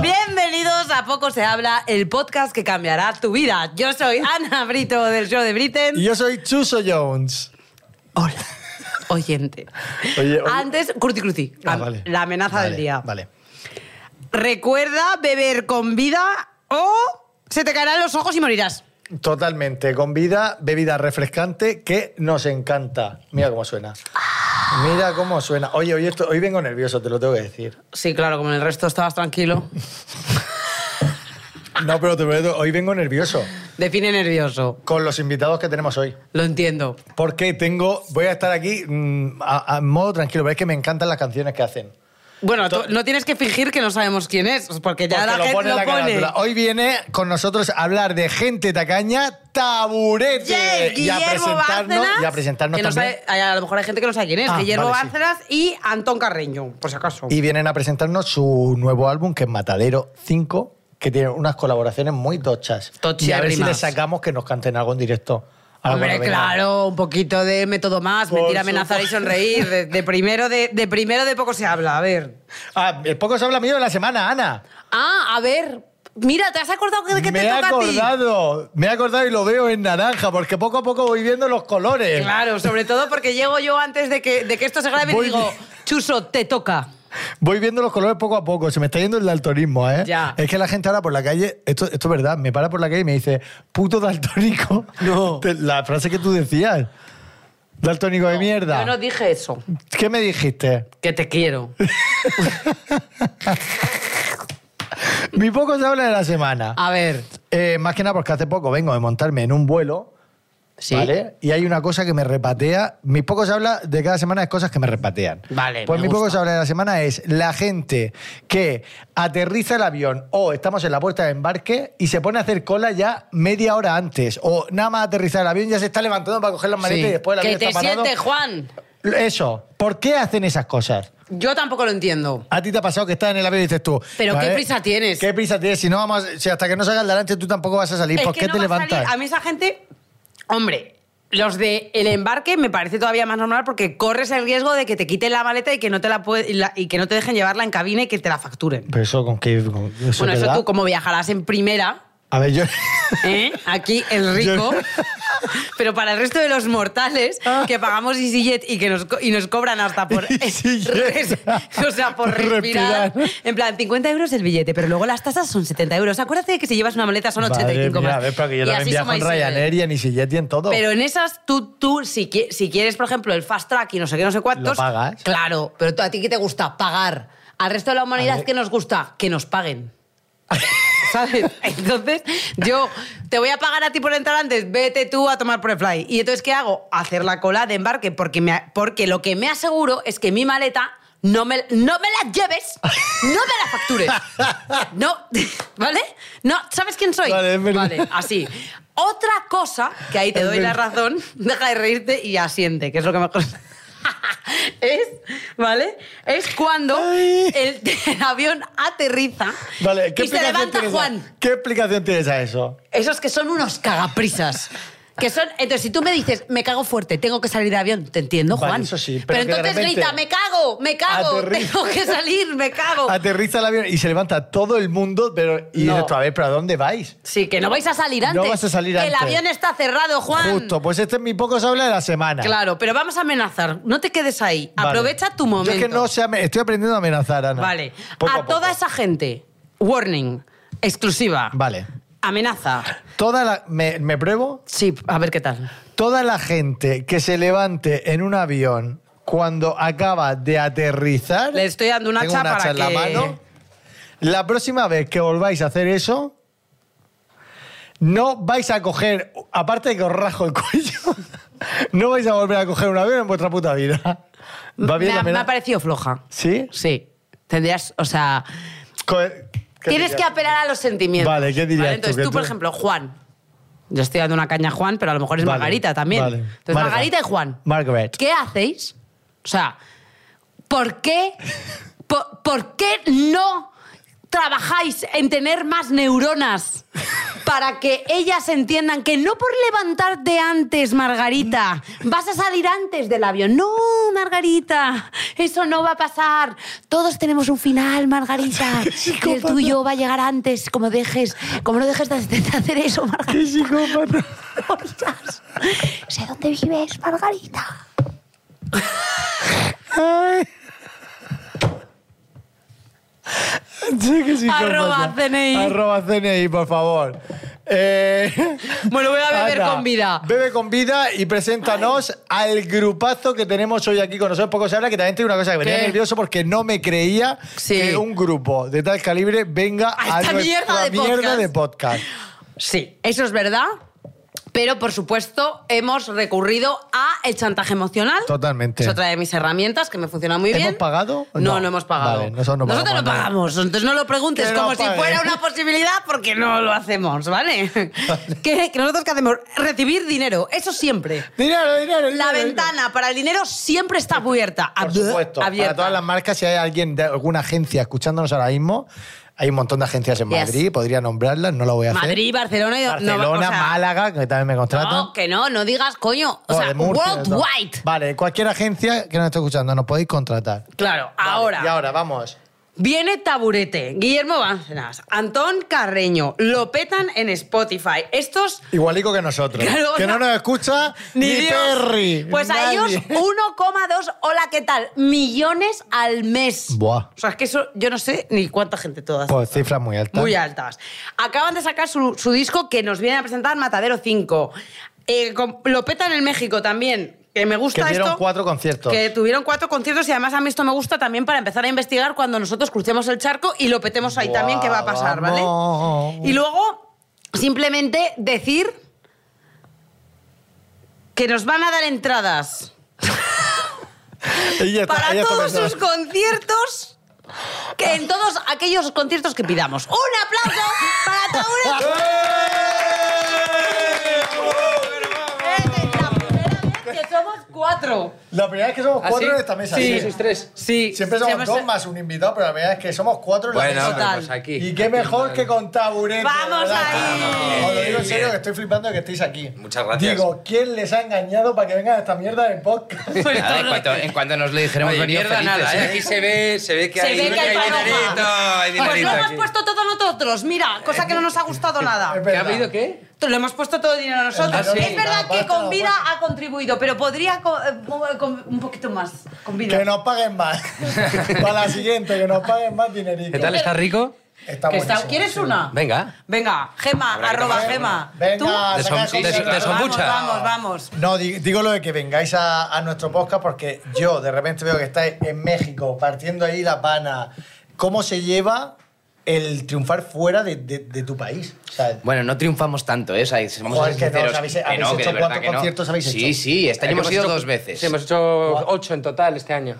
Bienvenidos a Poco se habla, el podcast que cambiará tu vida. Yo soy Ana Brito del show de Britain. Y yo soy Chuso Jones. Hola. Oyente. Oye, oye- Antes, Curti Curti, Ah, am- vale. la amenaza Vale, del día. Vale. Recuerda beber con vida o se te caerán los ojos y morirás. Totalmente, con vida, bebida refrescante que nos encanta. Mira cómo suena. Mira cómo suena. Oye, hoy, esto, hoy vengo nervioso, te lo tengo que decir. Sí, claro, como en el resto estabas tranquilo. No, pero te prometo, hoy vengo nervioso Define nervioso. con los invitados que tenemos hoy. Lo entiendo. Porque tengo, voy a estar aquí mm, a, a modo tranquilo, pero es que me encantan las canciones que hacen. Bueno, To- tú no tienes que fingir que no sabemos quién es, porque ya Porque la gente en lo la pone. carátula. Hoy viene con nosotros a hablar de gente tacaña, taburete. Yay, Eh, y, a Guillermo presentarnos, Bárcenas, y a presentarnos que no también. sabe- hay- a lo mejor hay gente que no sabe quién es. Ah, Guillermo vale, sí. Bárcenas y Antón Carreño, por si acaso. Y vienen a presentarnos su nuevo álbum, que es Matadero 5, que tiene unas colaboraciones muy tochas. Y a ver si Tochérrimas. le sacamos que nos canten algo en directo. Algo Hombre, que Ah, venga. claro, un poquito de método más, Por mentira, amenazar y supuesto. sonreír. De, de primero de, de primero de poco se habla, a ver. Ah, el poco se habla mío de la semana, Ana. Ah, a ver. Mira, ¿te has acordado de que me te he toca a ti? acordado, me he acordado y lo veo en naranja, porque poco a poco voy viendo los colores. Claro, sobre todo porque llego yo antes de que, de que esto se grabe Voy y digo, bien. Chuso, te toca. Voy viendo los colores poco a poco. Se me está yendo el daltonismo, ¿eh? Ya. Es que la gente ahora por la calle, esto, esto es verdad, me para por la calle y me dice, puto daltónico. No. Te- La frase que tú decías. Daltónico de mierda. Yo no dije eso, ¿Qué me dijiste? que te quiero. Mi poco se habla de la semana. A ver, Eh, más que nada porque hace poco vengo de montarme en un vuelo, sí. ¿vale? Y hay una cosa que me repatea. Mi poco se habla de cada semana es cosas que me repatean. Vale, Pues me mi poco gusta. se habla de la semana es la gente que aterriza el avión o estamos en la puerta de embarque y se pone a hacer cola ya media hora antes o nada más aterrizar el avión ya se está levantando para coger las maletas Sí. y después el que avión te está parado. sientes, Juan. Eso. ¿Por qué hacen esas cosas? Yo tampoco lo entiendo. A ti te ha pasado que estás en el avión y dices tú. Pero qué prisa tienes. ¿Qué prisa tienes? Si no vamos, a- si hasta que no salga el delante tú tampoco vas a salir. Es ¿Por que qué no te va a levantas? salir. A mí esa gente, hombre, los de el embarque me parece todavía más normal porque corres el riesgo de que te quiten la maleta y que no te la pue- y la- y que no te dejen llevarla en cabina y que te la facturen. Pero eso con qué. con- eso bueno, es eso verdad. tú como viajarás en primera, A ver, yo. ¿eh? aquí el rico. Pero para el resto de los mortales Ah. que pagamos EasyJet y que nos, co- y nos cobran hasta por, EasyJet. o sea, por Por respirar. respirar. En plan, 50 euros el billete, pero luego las tasas son 70 euros. Acuérdate de que si llevas una maleta son 85 Madre mía, más. A ver, pero que yo Y también así viajo suma y en sigue. Ryanair y en EasyJet y en todo. Pero en esas, tú, tú si, qui- si quieres, por ejemplo, el fast track y no sé qué, no sé cuántos. Lo pagas. Claro, pero tú, a ti qué te gusta pagar. Al resto de la A humanidad, ver. ¿qué nos gusta? Que nos paguen. ¿Sabes? Entonces, yo te voy a pagar a ti por entrar antes, vete tú a tomar por el fly. ¿Y entonces qué hago? Hacer la cola de embarque, porque, me, porque lo que me aseguro es que mi maleta no me, no me la lleves, no me la factures. No, ¿vale? No, ¿sabes quién soy? Vale, es verdad. Vale, así. Otra cosa, que ahí te Es doy la verdad. razón, deja de reírte y asiente, que es lo que mejor es, ¿vale? Es cuando Ay. el, el avión aterriza Vale, ¿qué y se explicación levanta tienes a- Juan. ¿Qué explicación tienes a eso? Esos que son unos cagaprisas. Que son, entonces, si tú me dices, me cago fuerte, tengo que salir de avión, te entiendo, Vale, Juan. eso sí, pero pero que de entonces repente grita, me cago, me cago, aterriza. tengo que salir, me cago. Aterriza el avión y se levanta todo el mundo, pero. Y Oh. No. dices tú, a ver, ¿pero a dónde vais? Sí, que no vais a salir No antes. vas a salir que antes. El avión está cerrado, Juan. Justo, pues este es mi poco se habla de la semana. Claro, pero vamos a amenazar. No te quedes ahí. Vale. Aprovecha tu momento. Yo es que no sé, ame- estoy aprendiendo a amenazar, Ana. Vale. Poco a poco. toda esa gente, warning, exclusiva. Vale. Amenaza. Toda la, me, me pruebo. Sí, a ver qué tal. Toda la gente que se levante en un avión cuando acaba de aterrizar. Le estoy dando una tengo hacha para en la que- mano. La próxima vez que volváis a hacer eso, no vais a coger, aparte de que os rajo el cuello, no vais a volver a coger un avión en vuestra puta vida. ¿Va bien me, la ha, me pena? ha parecido floja. ¿Sí? Sí. Tendrías, o sea, Co- ¿qué tienes que dirías? apelar a los sentimientos. Vale, ¿qué dirías tú, entonces que tú, por tú- ejemplo, Juan. Yo estoy dando una caña a Juan, pero a lo mejor es Vale, Margarita también. vale. Entonces, Marga. Margarita y Juan. Margaret. ¿Qué hacéis? O sea, ¿por qué, por, por qué no trabajáis en tener más neuronas para que ellas entiendan que no por levantarte antes, Margarita, vas a salir antes del avión. No, Margarita, eso no va a pasar. Todos tenemos un final, Margarita. Que el tuyo va a llegar antes, como dejes, como no dejes de hacer eso, Margarita. ¡Qué psicópata! Sé dónde vives, Margarita. Ay. Sí, qué psicópata. Arroba CNI. Arroba CNI, por favor. Eh, Bueno, voy a beber Ana, con vida. Bebe con vida y preséntanos al grupazo que tenemos hoy aquí con nosotros. Poco se habla que también tengo una cosa que venía ¿Qué? nervioso porque no me creía Sí. que un grupo de tal calibre venga A a, esta mierda nuestra de mierda podcast. de podcast. Sí, eso es verdad. Pero, por supuesto, hemos recurrido a el chantaje emocional. Totalmente. Es otra de mis herramientas que me funciona muy ¿Hemos bien. pagado? No, No. no, hemos pagado. Vale, nosotros no pagamos nada. pagamos. Entonces no lo preguntes Que no como si paguen. fuera una posibilidad porque no lo hacemos, ¿vale? ¿Qué, que nosotros qué hacemos? Recibir dinero, eso siempre. Dinero, dinero, La dinero, dinero. ventana para el dinero siempre está abierta. Por supuesto, Abierta. para todas las marcas, si hay alguien de alguna agencia escuchándonos ahora mismo, hay un montón de agencias en Yes. Madrid, podría nombrarlas, no lo voy a hacer. Madrid, Barcelona y... no, ¿eh? Barcelona, o sea, Málaga, que también me contratan. No, que no, no digas coño. O No, sea, de Murcia, de todo. worldwide. Vale, cualquier agencia que nos esté escuchando, nos podéis contratar. Claro, Vale, ahora. Y ahora, vamos. Viene Taburete, Guillermo Bancenas, Antón Carreño, lo petan en Spotify. Estos... Igualico que nosotros. Claro, que o sea, no nos escucha ni, Dios. Perry. Pues a nadie. ellos 1,2, hola, ¿qué tal? Millones al mes. Buah, O sea, es que eso yo no sé ni cuánta gente todas. pues cifras muy altas. Muy altas. Acaban de sacar su, su disco que nos viene a presentar Matadero 5. Eh, con- lo petan en México también. Que me Que gusta dieron esto. cuatro conciertos. Que tuvieron cuatro conciertos y además a mí esto me gusta también para empezar a investigar cuando nosotros crucemos el charco y lo petemos ahí Buah, también, que va a pasar, ¿vale? vamos. Y luego, simplemente decir que nos van a dar entradas Ella está- para ella está todos pensando- sus conciertos. Que en todos aquellos conciertos que pidamos. ¡Un aplauso para Taure! que somos cuatro. La primera vez que somos cuatro en esta mesa. ¿Ah, Sí, sí. tres. Sí. Siempre somos Siempre dos se- más un invitado, pero la verdad es que somos cuatro en la Bueno, mesa. Total. pues aquí. Y qué mejor que con taburete. Vamos ¿verdad? ahí. Os lo digo en Bien. serio que estoy flipando de que estéis aquí. Muchas gracias. Digo, ¿quién les ha engañado para que vengan a esta mierda de podcast? Pues Nada, en, todo- cuanto, en cuanto nos lo dijeron, Oye, hemos venido mierda felices. nada, ¿eh? ¿eh? Aquí se ve, se ve que Se hay, ve que hay paloma. dinerito, hay Pues dinerito lo hemos aquí. puesto todo nosotros, mira, Eh, cosa que no nos ha gustado nada. Es verdad. qué? Lo hemos puesto todo el dinero nosotros. Ah, sí. Es verdad Ah, que basta, con vida basta. ha contribuido, pero podría co- eh, mo- con- un poquito más. Con vida. Que nos paguen más. para la siguiente, que nos paguen más dinerito. ¿Qué tal? ¿Estás rico? Está Que está- buenísimo, ¿Quieres sí. una? Venga. Venga, Gema, arroba tomar Gema. una. Venga, ¿Tú? a De sacar som- de- comida. de vamos, kombucha. vamos, vamos. No, di- digo lo de que vengáis a, a nuestro podcast porque yo de repente veo que estáis en México, partiendo ahí la pana. ¿Cómo se lleva el triunfar fuera de, de- de tu país? O sea, Bueno, no triunfamos tanto, ¿eh? O sea, vamos Joder, a ser que no, sinceros. os habéis- Que habéis no, que hecho de verdad cuatro que no. conciertos, habéis sí, hecho. Sí, este año hemos ido hecho- dos veces. Sí, hemos hecho ocho en total este año.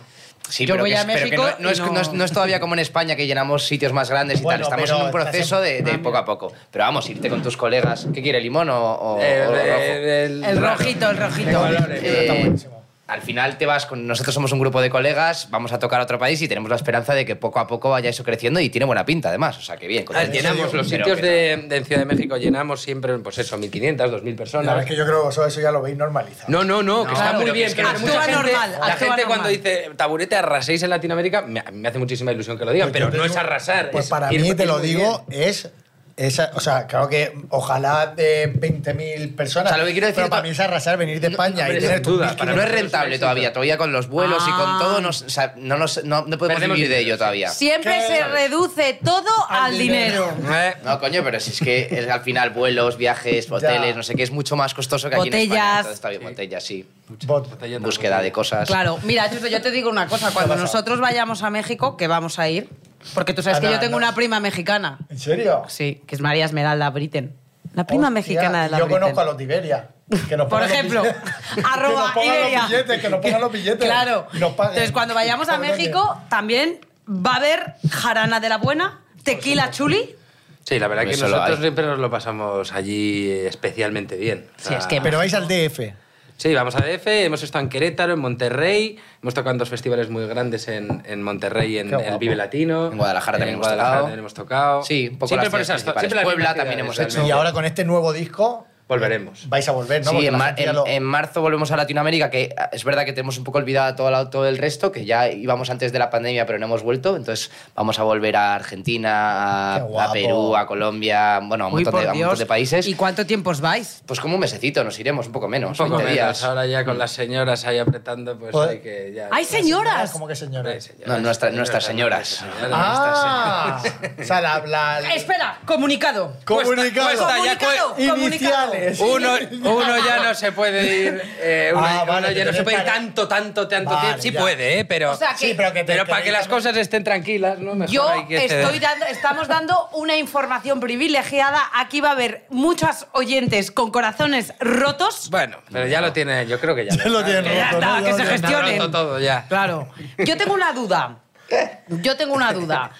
Sí, Yo pero voy que a es- pero que México no- no, y es, no- no es- no es todavía como en España que llenamos sitios más grandes y Bueno, tal. Estamos pero en un proceso de, de poco a poco. Pero vamos, irte con tus colegas. ¿Qué quiere, limón o, o- Eh, o Oh, rojo? eh, El rojito, el rojito. Eso está Eh, buenísimo. al final te vas con nosotros somos un grupo de colegas, vamos a tocar a otro país y tenemos la esperanza de que poco a poco vaya eso creciendo y tiene buena pinta además, o sea que bien. A ver, contentos. llenamos los Pero sitios que- de, de en Ciudad de México, llenamos siempre, pues eso, 1.500, La verdad 2.000 personas. es que yo creo que vosotros eso ya lo veis normalizado. No, no, no, No, que está pero muy que bien. es que pero actúa mucha gente- normal, La actúa gente cuando normal. dice taburete arraséis en Latinoamérica, me, me hace muchísima ilusión que lo digan, Pues pero yo te no es digo- arrasar. Pues es para ir- mí, te ir lo muy digo, bien. es... esa- o sea, claro que ojalá de 20.000 personas. O sea, lo que quiero decir pero es- para mí es arrasar venir de España hombre, y tener sin tus duda, 1.500 para no es nosotros rentable es todavía, eso. todavía con los vuelos y Ah. con todo nos- o sea, no, nos- no- no podemos Perdemos vivir de dinero, ello sí. todavía. Siempre ¿Qué? se reduce todo Al al dinero. Eh, No, coño, pero si es que es al final vuelos, viajes, hoteles, no sé qué, es mucho más costoso que aquí en España. Botellas. Entonces, está bien, botellas, sí. Bot- botella, Búsqueda de cosas. Claro, mira, Chuso, yo te digo una cosa. Cuando pasa? nosotros vayamos a México, que vamos a ir, porque tú sabes que Ana, yo tengo no. una prima mexicana. ¿En serio? Sí, que es María Esmeralda Britten. La prima Hostia, mexicana de la Yo Britten. conozco a los de Iberia. Que nos Por pongan los ejemplo, billetes. que nos arroba pongan Iberia. los billetes, que nos pongan los billetes. Claro. Y nos paguen. Entonces, cuando vayamos a Perdón, México, también va a haber jarana de la buena, tequila chuli. Sí, la verdad Hombre, que eso lo nosotros hay. siempre nos lo pasamos allí eh, especialmente bien. O Sí, es que- Pero vais al DF. Sí, vamos a DF, hemos estado en Querétaro, en Monterrey, hemos tocado en dos festivales muy grandes en, en Monterrey, en Qué guapo. el Vive Latino. En Guadalajara también en hemos Guadalajara tocado. también hemos tocado. Sí, un poco siempre las por ciudades esas, principales. siempre las Puebla mismas también ciudades, hemos hecho. realmente. Y ahora con este nuevo disco Volveremos. vais a volver, ¿no? Sí, Porque en, la mar- gente ya en- lo- en marzo volvemos a Latinoamérica, que ah, es verdad que tenemos un poco olvidada todo, la- todo el resto, que ya íbamos antes de la pandemia, pero no hemos vuelto. Entonces vamos a volver a Argentina, a, Qué guapo. a Perú, a Colombia, bueno, a un, Uy, montón, por de, a un montón Dios. de países. ¿Y cuánto tiempo os vais? Pues como un mesecito, nos iremos, un poco menos, Un poco 20 menos, días. ahora ya con las señoras ahí apretando, pues Joder. hay que ya... ¡Ay, señoras! ¿Cómo que señora? Hombre, señoras, No, nuestra- nuestras señoras. nuestras señoras. Ah, o sea, la- la- Espera, comunicado. comunicado. cuesta, ya Comunicado, cue- comunicado. Iniciales. Uno, uno ya no se puede ir. eh, uno, Ah, vale, uno que ya no se tenés puede ir cara- tanto, tanto, tanto Vale, tiempo. Sí ya. puede, ¿eh? Pero, O sea, que Sí, pero que te- pero para que las cosas estén tranquilas, ¿no? Mejor yo hay que este- ceder. estoy dando, estamos dando una información privilegiada. Aquí va a haber muchas oyentes con corazones rotos. Bueno, pero ya lo tiene, yo creo que ya Ya lo tienen Que ya roto, está, ¿no? que Ya se lo tienen- Está gestionen. roto todo ya. Claro. Yo tengo una duda. Yo tengo una duda.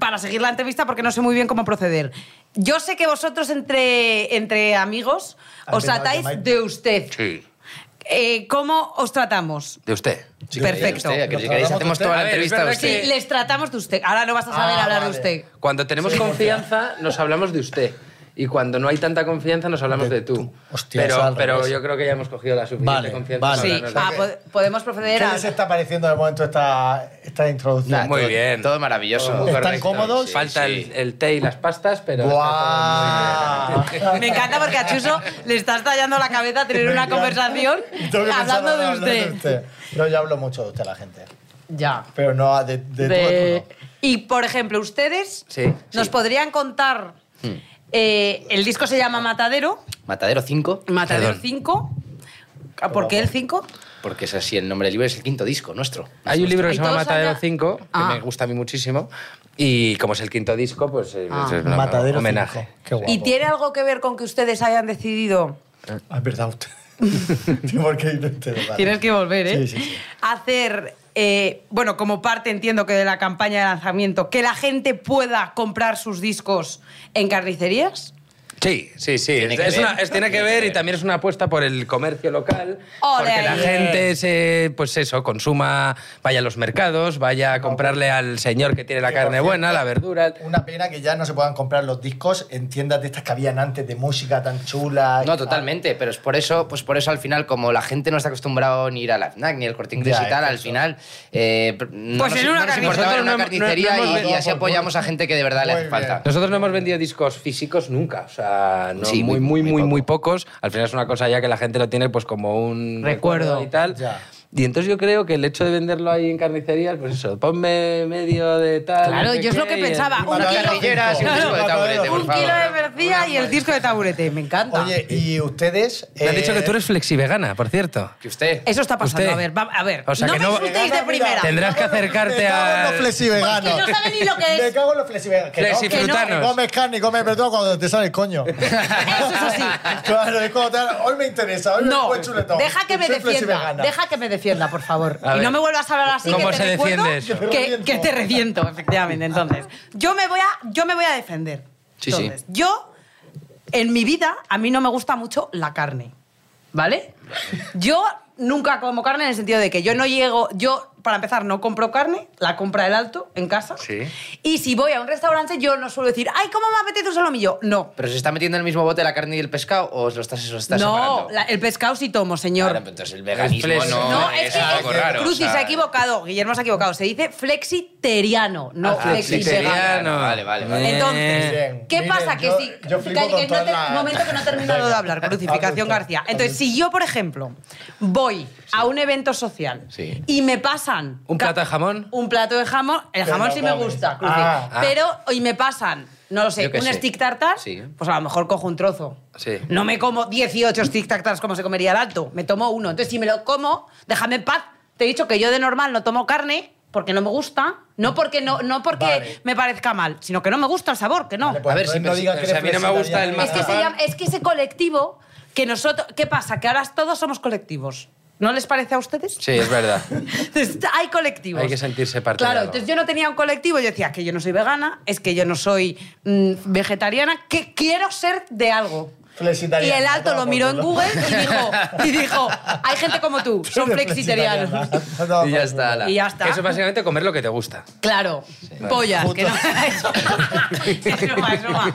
Para seguir la entrevista, porque no sé muy bien cómo proceder. Yo sé que vosotros entre, entre amigos os Ante- tratáis ante- de usted. Sí. Eh, ¿Cómo os tratamos? De usted. Perfecto. Usted, que Nos si queréis hablamos hacemos de usted. toda la A ver, entrevista a es verdad usted. Sí, que- les tratamos de usted. Ahora no vas a saber Ah, hablar vale. de usted. Cuando tenemos Sí, confianza, nos hablamos de usted. Y cuando no hay tanta confianza, nos hablamos de, tú. Hostia, eso pero al pero revés. yo creo que ya hemos cogido la suficiente Vale, confianza. vale. para Sí, hablarnos de ah, usted. po- podemos proceder ¿Qué a... les está pareciendo de momento esta, esta ah, introducción? pues, Nada, Muy todo- bien. Todo maravilloso. Muy ¿Están correcto. cómodos? Sí, Falta sí. El, el té y las pastas, pero... está todo muy ¡Guau! bien. Me encanta porque a Chuso le está estallando la cabeza tener Me una encanta. conversación Y tengo que pensar hablando ahora de en hablar usted. No, yo hablo mucho de usted a la gente. Ya. Pero no de, de, De- tú a tú Y, por ejemplo, ustedes Sí, nos sí. Hmm. podrían contar... eh, el disco se llama Matadero, Matadero 5, Matadero Perdón. 5. Ah, ¿Por qué el 5? porque es así el nombre del libro, es el quinto disco nuestro. Hay un libro que ¿Y se llama todos Matadero allá? 5, que Ah. me gusta a mí muchísimo. Y como es el quinto disco, pues eh, Ah. es no. un Matadero homenaje. cinco. Qué guapo. ¿Y tiene algo que ver con que ustedes hayan decidido Ah, es verdad usted. Sí, porque intenté, vale. Tienes que volver, ¿eh? Sí, sí, sí. Hacer, eh, bueno, como parte, entiendo que de la campaña de lanzamiento, que la gente pueda comprar sus discos en carnicerías. Sí, sí, sí. Tiene Es- que es ver. una- es- Tiene que ver y también es una apuesta por el comercio local. Ole Porque la ahí. gente, se, pues eso, consuma, vaya a los mercados, vaya a comprarle al señor que tiene la Que, por carne cierto, buena, la verdura. Una pena que ya no se puedan comprar los discos en tiendas de estas que habían antes de música tan chula. y No, tal. totalmente, pero es por eso, pues por eso al final, como la gente no está acostumbrada ni ir a la FNAC ni al corte inglés Ya, y tal, es al eso. final eh, pr- no Pues nos, en una no nos carnicería. importaba ir a una Nosotros no- no- carnicería no hemos y, y venido así por- apoyamos a gente que de verdad le Muy hace falta. bien. Nosotros no hemos vendido discos físicos nunca, o sea, no, Sí, muy, muy, muy- muy muy, muy, pocos. Al final es una cosa ya que la gente lo tiene pues como un Recuerdo. y tal. Ya. Y entonces yo creo que el hecho de venderlo ahí en carnicerías, pues eso, ponme medio de tal. Claro, no sé yo es lo que qué, y el- pensaba. Una Un kilo- carrillera, sí, un Claro. disco de taburete, por Un favor. kilo de mercía y el disco de taburete. Me encanta. Oye, ¿y ustedes? Ah, Me han dicho que eh, tú eres flexivegana, por cierto. Que usted. Eso está pasando. usted- A ver, va- a ver. O sea no que me no- insultéis de primera. Tendrás que acercarte Pues Me cago en a. los flexiveganos. Que no saben ni lo que Me es. cago en los flexiveganos. Que no, que no, Flexifrutanos. que comes carne y comes pero todo cuando te sale el coño. Eso es así. Claro, es como tal, hoy me interesa, hoy me No, pongo el chuletón. deja que me Soy defienda, flexivegana. deja que me defienda, por favor. A Y ver. no me vuelvas a hablar así. ¿Cómo que te se recuerdo defiende eso? Que te Que, reviento. que te reviento, efectivamente. Entonces, yo me voy a, yo me voy a defender. Sí, sí. Entonces, yo, en mi vida, a mí no me gusta mucho la carne, ¿vale? Yo nunca como carne en el sentido de que yo no llego, yo, para empezar, no compro carne, la compra el alto en casa. Sí. Y si voy a un restaurante, yo no suelo decir, ay, ¿cómo me apetece un solomillo? No. ¿Pero se está metiendo en el mismo bote la carne y el pescado o os lo estás, os lo estás No, separando? la- el pescado sí tomo, señor. Claro, pero entonces el veganismo Es flex- no, No, es, es que algo es- raro. Cruci o sea- se ha equivocado, Guillermo se ha equivocado. Se dice flexiteriano, no Ah, flexivegano. flexitariano. Vale, vale, vale. Entonces, Bien, ¿qué miren, pasa? Que yo- si. yo flipo que- que con no todas te- las- momento que no he terminado de Venga, hablar, crucificación apunto, García. Entonces, apunto. si yo, por ejemplo, voy a un evento social Sí. y me pasan. ¿Un ca- plato de jamón? Un plato de jamón. El Te jamón lo sí me comes. gusta, Cruci. Ah, ah. Pero, y me pasan. No lo sé, Yo qué un sé. stick tartar, Sí. pues a lo mejor cojo un trozo. Sí. No me como 18 tic tac Tars como se comería el alto. Me tomo uno. Entonces, si me lo como, déjame en paz. Te he dicho que yo de normal no tomo carne porque no me gusta. No porque, no, no porque Vale. me parezca mal, sino que no me gusta el sabor, que no. Vale, pues A ver, entonces sí, pero sí, digas pero que si eres a mí no me gusta el pues, flexitariana. es, que se llama- es que ese colectivo que nosotros... ¿Qué pasa? Que ahora todos somos colectivos. ¿No les parece a ustedes? Sí, es verdad. Entonces, Hay colectivos. Hay que sentirse parte de Claro, algo. entonces yo no tenía un colectivo. Yo decía, "Es que yo no soy vegana, es que yo no soy mm, vegetariana, que quiero ser de algo. Y Flexitariano, el alto toma lo por miró en culo. Google y dijo, y dijo hay gente como tú, son Eres flexiterianos. flexitariana. Toma Y ya por está, culo. la- Y ya está. Que Eso es básicamente comer lo que te gusta. Claro, pollas. Que no... es broma, es broma.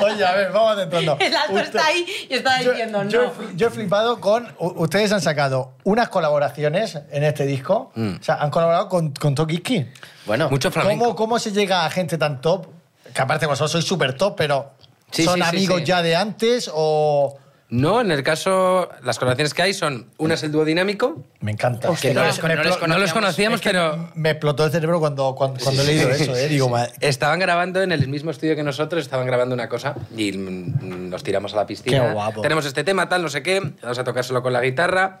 Oye, a ver, vamos entrando. El alto Usted- está ahí y está Yo- diciendo, yo, no. he fli- yo he flipado con. u- Ustedes han sacado unas colaboraciones en este disco. Mm. O sea, han colaborado con, con Tokiski. Bueno, Mucho flamenco. ¿Cómo, ¿Cómo se llega a gente tan top? Que aparte vosotros sois súper top, pero. Sí, ¿Son sí, sí, amigos sí. ya de antes o.? No, en el caso, las colaboraciones que hay son, una es el dúo dinámico, Me encanta. que no Me- les, me no les explo- no los conocíamos, es que pero Me explotó el cerebro cuando, cuando, cuando he leído eso, ¿eh? Digo, madre- estaban grabando en el mismo estudio que nosotros, estaban grabando una cosa y mm, nos tiramos a la piscina. Qué guapo. Tenemos este tema, tal, no sé qué, vamos a tocárselo con la guitarra.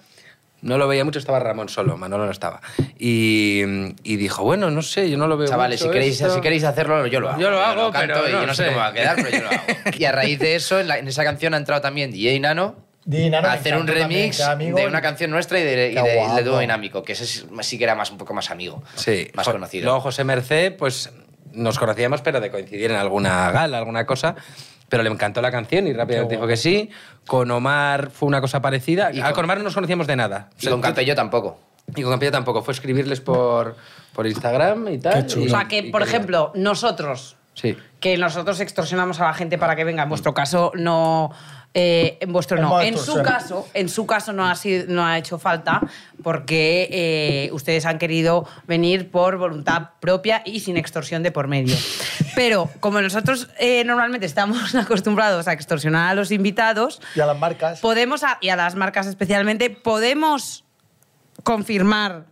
No lo veía mucho, estaba Ramón solo, Manolo no estaba. Y, y dijo, bueno, no sé, yo no lo veo Chavales, si mucho queréis, esto". si queréis hacerlo, yo lo hago. Yo lo hago, canto pero y no yo no sé sé. cómo va a quedar, pero yo lo hago. Y a raíz de eso, en, la- en esa canción ha entrado también DJ Nano Di, Nano, a me hacer un encanta también, remix que amigo. de una canción nuestra y de, y Qué de- guapo. de dúo dinámico, que ese es- sí que era más, un poco más amigo, Sí. más Jo- conocido. Luego José Mercé, pues nos conocíamos, pero de coincidir en alguna gala, alguna cosa. Pero le encantó la canción y rápidamente dijo que sí. Con Omar fue una cosa parecida. Y Ah, con, con- Omar no nos conocíamos de nada. O y sea, con tú- Campello tampoco. y con Campello tampoco. Fue escribirles por, por Instagram y tal. O y- sea, que, y por ejemplo, nosotros, Sí. que nosotros extorsionamos a la gente para que venga, en vuestro caso no... eh, en vuestro no. Hemos En su extorsionado. caso, en su caso no ha, sido- no ha hecho falta porque eh, ustedes han querido venir por voluntad propia y sin extorsión de por medio. Pero como nosotros eh, normalmente estamos acostumbrados a extorsionar a los invitados, Y a las marcas. podemos, a- y a las marcas especialmente, podemos confirmar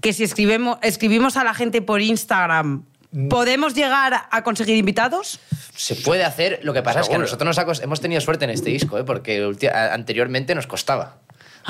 que si escribemos, escribimos a la gente por Instagram, ¿podemos llegar a conseguir invitados? Se puede hacer, lo que pasa es que a Seguro. nosotros nos ha cos- hemos tenido suerte en este disco, ¿eh? porque ulti- a- anteriormente nos costaba.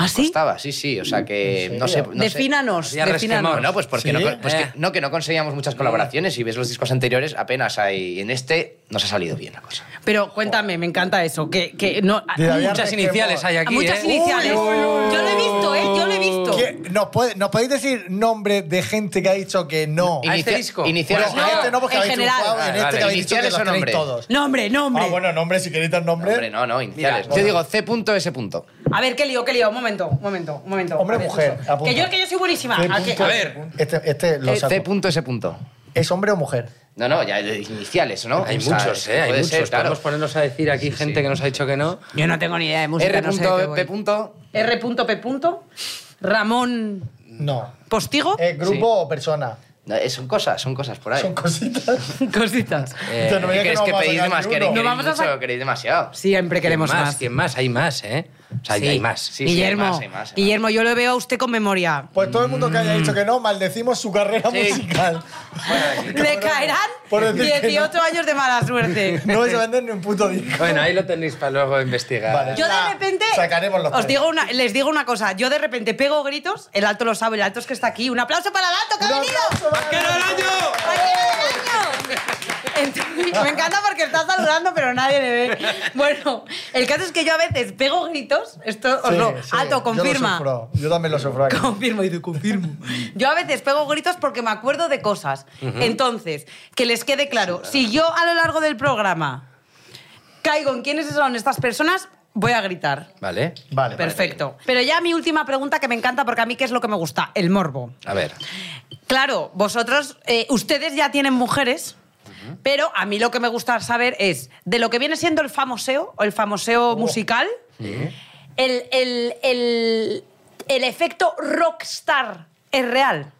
¿Ah, sí? Costaba, sí, sí, o sea que Pues no sé. No sé. defínanos, Había defínanos. resquemor, No, pues porque ¿Sí? no, con- pues que- Eh. no, que no conseguíamos muchas Mm. colaboraciones y ves los discos anteriores apenas hay. y En este nos ha salido bien la cosa. Pero cuéntame, me encanta eso. Que, que no, Mira, había Muchas resquemor. iniciales hay aquí. muchas ¿eh? iniciales. Uy, uy, uy. Yo lo he visto, ¿eh? Yo lo he visto. ¿Qué- ¿Nos, puede- ¿Nos podéis decir nombre de gente que ha dicho que no? ¿A Inicia- este disco? Iniciales. Bueno, en este no, porque en habéis general. triunfado, en Vale, este vale. que habéis dicho que ¿Iniciales los o tenéis nombre? todos. Nombre, nombre. Ah, bueno, nombre, si queréis dar nombre. Hombre, no, no, iniciales. Mira, Yo digo C.S. punto. A ver, qué lío, qué lío. Un momento, un momento, un momento. Hombre, A ver, mujer, eso. apunta. Que yo, que yo soy buenísima. C ¿A qué? punto- A ver. Este, este lo Eh, saco. C.S. punto. ¿Es hombre o mujer? No, no, ya de iniciales, ¿no? Hay O sea, muchos, ¿eh? Hay puede muchos. ser, claro. Podemos ponernos a decir aquí gente que nos ha dicho que no. Yo no tengo ni idea de música. R. no sé de qué voy. P. punto. R.P. Ramón Eh. No. Postigo. ¿Es Eh, grupo Sí. o persona? No, eh, son cosas, son cosas por ahí. Son cositas. Cositas. Eh, Yo no veía que ¿Queréis no que vamos a pedís sacar más? No ni uno. ¿Queréis, queréis vamos a mucho? sacar- ¿Queréis demasiado? Siempre queremos ¿Quién más. ¿Quién más? Hay más, ¿eh? O sea, Sí. hay más. Sí, sí, Guillermo, hay más, hay más, hay más. Guillermo, yo lo veo a usted con memoria. Pues todo el mundo que haya dicho que no, maldecimos su carrera Sí. musical. Le caerán Por decir que 18 años de mala suerte. No vais a vender ni un puto disco. Bueno, ahí lo tenéis para luego investigar. Vale. Yo de La- repente. sacaremos los os premios. digo una, Les digo una cosa. Yo de repente pego gritos. El alto lo sabe, el alto es que está aquí. Un aplauso para el alto que ¡Un ha venido. aplauso, vale! ¡Vaquero del año! ¡Vaquero del año! Me encanta porque está saludando, pero nadie le ve. Bueno, el caso es que yo a veces pego gritos. Esto os Sí, lo. sí, alto, confirma. Yo, lo sufro. Yo también lo sufro aquí. Confirmo y te confirmo. Yo a veces pego gritos porque me acuerdo de cosas. Entonces, que les quede claro, si yo a lo largo del programa caigo en quiénes son estas personas, voy a gritar. Vale. Vale. Perfecto. Pero ya mi última pregunta que me encanta porque a mí qué es lo que me gusta, el morbo. A ver. Claro, vosotros, eh, ustedes ya tienen mujeres, pero a mí lo que me gusta saber es de lo que viene siendo el famoseo o el famoseo musical, el, el- el- el efecto rockstar es real.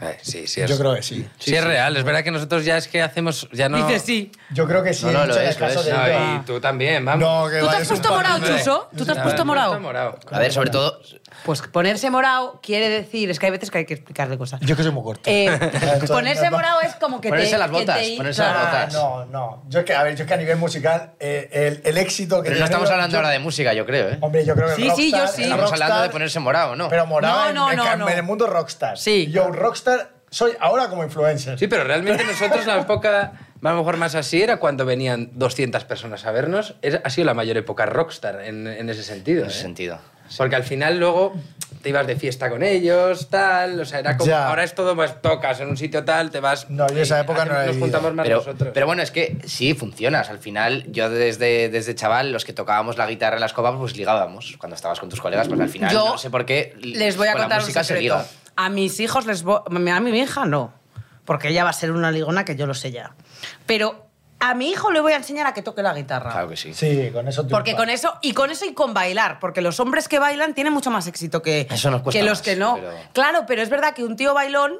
Eh, Sí, sí es. Yo creo que sí. Sí, es real. Es verdad que nosotros ya es que hacemos... Ya no... Dice sí. Yo creo que sí. No, no, he lo dicho en es, el lo caso es. de No, Eva. y tú también, vamos. No, que ¿Tú te vale, has es un puesto pan. morado, hombre. Chuso? ¿Tú te has puesto morado? A ver, sobre todo, Pues ponerse morado quiere decir, es que hay veces que hay que explicarle cosas. Yo es que soy muy corto. Eh, Entonces, ponerse no, no. morado es como que te- Ponerse las que te botas, hincha. ponerse las botas. Ah, no, no. Yo es que, a ver, yo es que a nivel musical, eh, el, el éxito que pero no tiene- estamos hablando yo- ahora de música, yo creo, ¿eh? Hombre, yo creo que Sí, sí, yo sí. Estamos hablando de ponerse morado, ¿no? Pero morado No, en- no, en, no, en no. el mundo rockstar. Sí. Yo un rockstar soy ahora como influencer. Sí, pero realmente nosotros la época, a lo mejor más así, era cuando venían 200 personas a vernos. Es- ha sido la mayor época rockstar en, en ese sentido. en ese ¿eh? sentido. Porque al final luego te ibas de fiesta con ellos, tal. O sea, era como. Ya. Ahora es todo más tocas en un sitio tal, te vas. No, yo esa "Ey, época ¿a qué no la he Nos vivido". juntamos más Pero, nosotros. pero bueno, es que sí, funcionas. Al final, yo desde, desde chaval, los que tocábamos la guitarra en las copas, pues ligábamos. Cuando estabas con tus colegas, pues al final, Yo no sé por qué. li- Les voy a con la contar un música se secreto. liga. A mis hijos les voy... A mi hija no, porque ella va a ser una ligona que yo lo sé ya. Pero a mi hijo le voy a enseñar a que toque la guitarra. Claro que sí. Sí, con eso triunfa. Porque con eso, y con eso y con bailar, porque los hombres que bailan tienen mucho más éxito que, Eso nos cuesta que los más, que no. pero- Claro, pero es verdad que un tío bailón.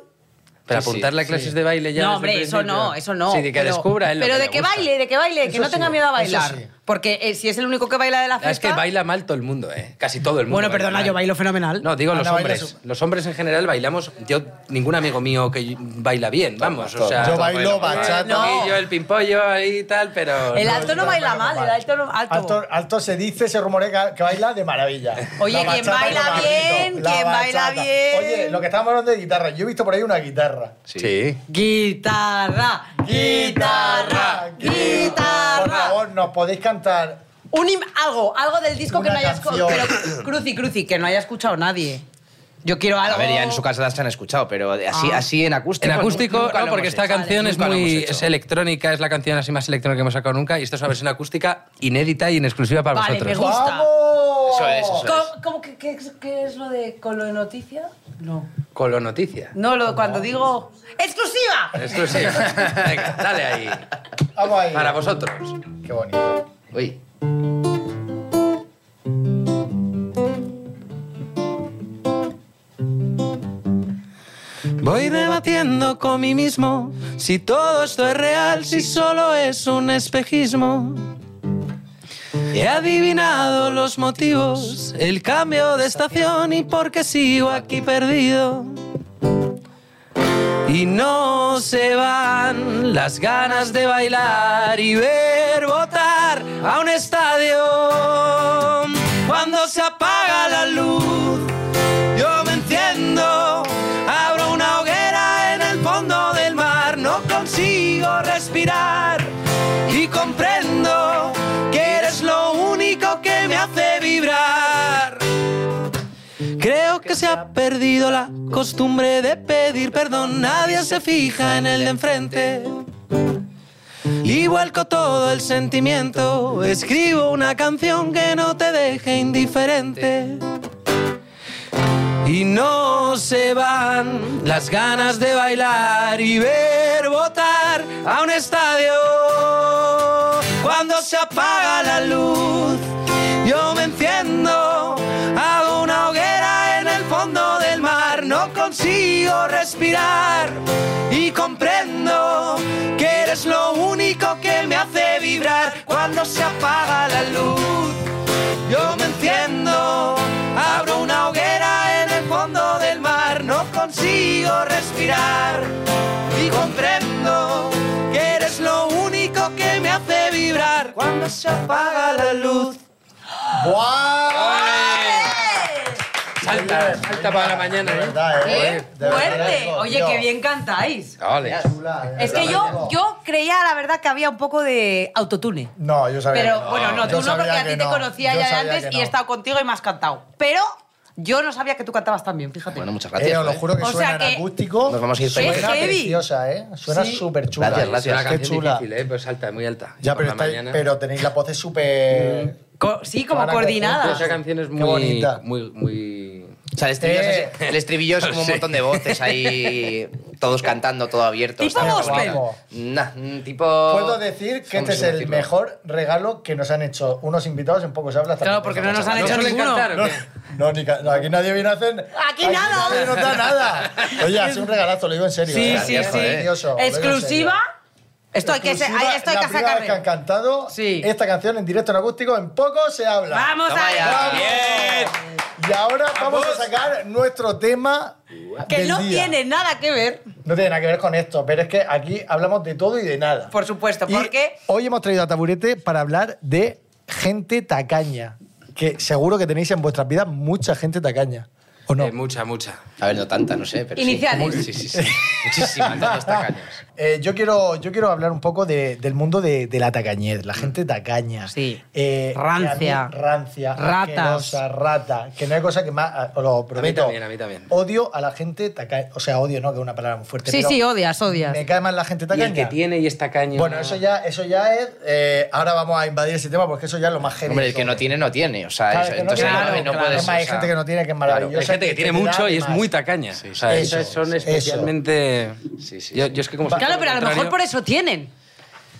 Pero Sí, sí, apuntarle a clases de baile ya. no, desde hombre, el eso principio. no, eso no. Sí, de que pero, descubra él lo Pero que de le que gusta. baile, de que baile, que Eso no tenga sí, miedo a eso bailar. sí. Porque eh, si es el único que baila de la fiesta. Ah, Es que baila mal todo el mundo, ¿eh? Casi todo el mundo. Bueno, baila perdona, mal. yo bailo fenomenal. No, digo Ana los baila hombres. su- Los hombres en general bailamos. Yo, ningún amigo mío que baila bien, vamos. Todos, o sea, Yo todos bailo bailan. bachata. No. Y yo el pimpollo ahí y tal, pero. el no, alto no baila mal, el alto no. Alto. Alto, alto se dice, se rumorea que- que baila de maravilla. Oye, La quien bachata baila con bien, barrito, la quien baila bachata. bien. Oye, lo que estábamos hablando de guitarra, yo he visto por ahí una guitarra. Sí. Guitarra, guitarra, Por guitarra. favor, nos podéis cantar. Un im- algo, algo del disco que Una no hayas escuchado. canción. Cruci, cruci, que no haya escuchado nadie. Yo quiero algo. A ver, ya en su casa las han escuchado, pero así, Ah. así en acústico. En acústico, nunca no, lo porque hemos esta hecho. canción es Nunca lo muy hemos hecho. es electrónica, es la canción así más electrónica que hemos sacado nunca, y esto es una versión acústica inédita y en exclusiva para Vale, me vosotros. gusta. ¡Vamos! Eso es, eso es. ¿Cómo, cómo que, qué, es- qué es lo de con lo de noticia? No. Con lo noticia. No, lo, cuando digo. ¡Exclusiva! Exclusiva. Venga, dale ahí. Vamos ahí. Para vosotros. Qué bonito. Uy. Voy debatiendo con mí mismo si todo esto es real, si solo es un espejismo. He adivinado los motivos, el cambio de estación y por qué sigo aquí perdido. Y no se van las ganas de bailar y ver votar a un estadio. Cuando se apaga la luz, yo me enciendo, abro una hoguera en el fondo del mar, no consigo respirar y comprendo que eres lo único que me hace vibrar. Creo que se ha perdido la costumbre de pedir perdón, nadie se fija en el de enfrente. Y vuelco todo el sentimiento, escribo una canción que no te deje indiferente. Y no se van las ganas de bailar y ver votar a un estadio. Cuando se apaga la luz, yo me enciendo, hago una hoguera en el fondo del mar, no consigo respirar y comprendo que eres lo único que me hace vibrar cuando se apaga la luz. Yo me enciendo, abro una hoguera en el fondo del mar, no consigo respirar y comprendo que eres lo único que me hace vibrar cuando se apaga la luz. ¡Guau! ¡Eh! Salta, salta para la mañana, De verdad, ¿eh? ¡Qué De verdad, fuerte! eso, Oye, tío. qué bien cantáis. Ole. Chula, de Es que verdad, yo, tío. yo creía, la verdad, que había un poco de autotune. No, yo sabía. Pero que bueno, no, Yo tú no, sabía porque a que ti te no. conocía Yo ya de sabía antes y que he no. estado contigo y me has cantado. Pero yo no sabía que tú cantabas tan bien, fíjate. Bueno, muchas Eh, gracias. os lo joder. juro que O sea suena que- en acústico. Nos vamos a ir Qué Suena felices. heavy. preciosa, ¿eh? Suena Sí. súper chula. Gracias, gracias. Es una Qué canción chula. difícil, ¿eh? Pues alta, muy alta. Ya, Por pero, la estáis- mañana. pero tenéis la voz Mm. súper. Co- sí, como Ahora que- coordinada. Esa canción es Qué muy, bonita. muy, muy... O sea, el estribillo, es Eh. así- el estribillo es como un montón de voces ahí, todos cantando, todo abierto. Tipo está gospel. guapo. Nah, mm, tipo... Puedo decir que ¿Cómo este es se el decirlo? mejor regalo que nos han hecho unos invitados en Pocos Hablas. Claro, tampoco porque no sabemos. nos han ¿No hecho suele ninguno. cantar o qué? No, ni ca- no, aquí nadie viene a hacer. Aquí nada. Nadie nos da nada. Oye, hace un regalazo, lo digo en serio. Sí, ¿eh? sí, Es sí. precioso, lo digo en serio. ¿Exclusiva? Esto hay que, se- Exclusiva, esto hay que la primera vez que han sacarle. cantado Sí. esta canción en directo en acústico, en poco se habla. ¡Vamos Toma allá! ya. ¡Vamos! Y ahora vamos a sacar nuestro tema. Que del no día. tiene nada que ver, No tiene nada que ver con esto, pero es que aquí hablamos de todo y de nada. por supuesto, Y porque Hoy hemos traído a Taburete para hablar de gente tacaña. Que seguro que tenéis en vuestras vidas mucha gente tacaña. ¿O no? Eh, mucha, mucha. A ver, no tanta, no sé. Pero sí. Iniciales. Sí, sí, sí. Muchísimas, tantos tacaños. Eh, yo, quiero, yo quiero hablar un poco de- del mundo de, de la tacañez, la gente tacaña. Mm. Sí. Eh, Rancia. que a mí- rancia. Ratas. asquerosa, rata. Que no hay cosa que más. ah, Os lo prometo. también, a mí también. Odio a la gente tacaña. O sea, odio, ¿no? Que es una palabra muy fuerte. Sí, pero sí, odias, odias. Me cae más la gente Y tacaña. el que tiene y está caño. Bueno, eso ya, eso ya es. eh, ahora vamos a invadir ese tema porque eso ya es lo más genérico. Hombre, el que no tiene, no tiene. O sea, Claro, eso- el que no entonces tiene, no, claro, no claro. puedes. Además, hay o sea, gente que no tiene, que es claro. maravillosa. Hay gente que tiene te da mucho de y es más. muy tacaña. Sí, o sí, sea, eso, esas son eso. especialmente. Sí, sí, Yo, sí. yo es que como. soy Claro, todo pero a lo mejor contrario, por eso tienen.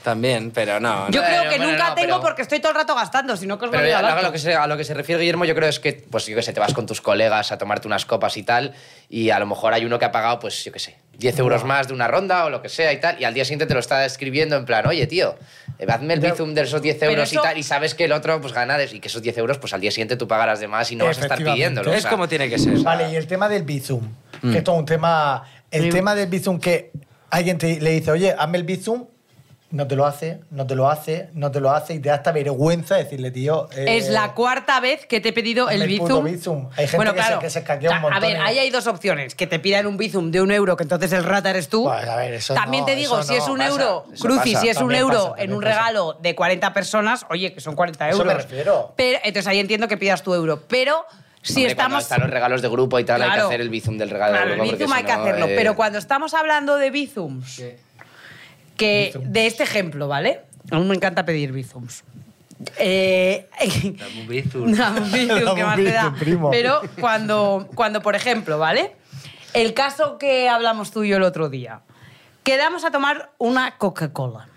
También, pero no. Yo no. creo que bueno, nunca no, tengo pero- porque estoy todo el rato gastando, si no que os Pero volvía a al lo, acto. que se, a lo que se refiere Guillermo, yo creo es que, pues yo que sé, te vas con tus colegas a tomarte unas copas y tal, y a lo mejor hay uno que ha pagado, pues yo que sé, 10 euros más de una ronda o lo que sea y tal, y al día siguiente te lo está escribiendo en plan, oye, tío, eh, hazme el Pero- bizum de esos 10 pero euros eso- y tal, y sabes que el otro pues gana, de- y que esos 10 euros, pues al día siguiente tú pagarás de más y no vas a estar Efectivamente. pidiéndolo. o Es sea, como tiene que ser. Vale, y el tema del Bizum. Mm. Que esto es un tema. El tema del Bizum que alguien te, le dice, oye, hazme el Bizum. No te lo hace, no te lo hace, no te lo hace y te da hasta vergüenza decirle, tío. eh, Es la cuarta vez que te he pedido hazme el el puto bizum. bizum. Hay gente que se- que se escaquea un O sea, montón ¿eh? A ver, y- ahí hay dos opciones. Que te pidan un bizum de un euro, que entonces el rata eres tú. Pues, a ver, eso también no, te digo, eso si no, es un pasa, euro, eso Cruci, pasa, si es un también euro pasa, en también un pasa. regalo de 40 personas, oye, que son 40 Eso euros. me refiero. Pero, entonces ahí entiendo que pidas tu euro. Pero si hombre, cuando estamos... Están los regalos de grupo y tal, hay que Claro. hacer el bizum del regalo Claro, de el grupo. porque bizum si hay que no, hacerlo. eh, Pero cuando estamos hablando de bizums, que de este ejemplo, ¿vale? A mí me encanta pedir bizums. Eh, Dame un bizum. Dame un bizum, Dame ¿qué un más te da? bizum, primo. Pero cuando, cuando, por ejemplo, ¿vale? El caso que hablamos tú y yo el otro día. Quedamos a tomar una Coca-Cola.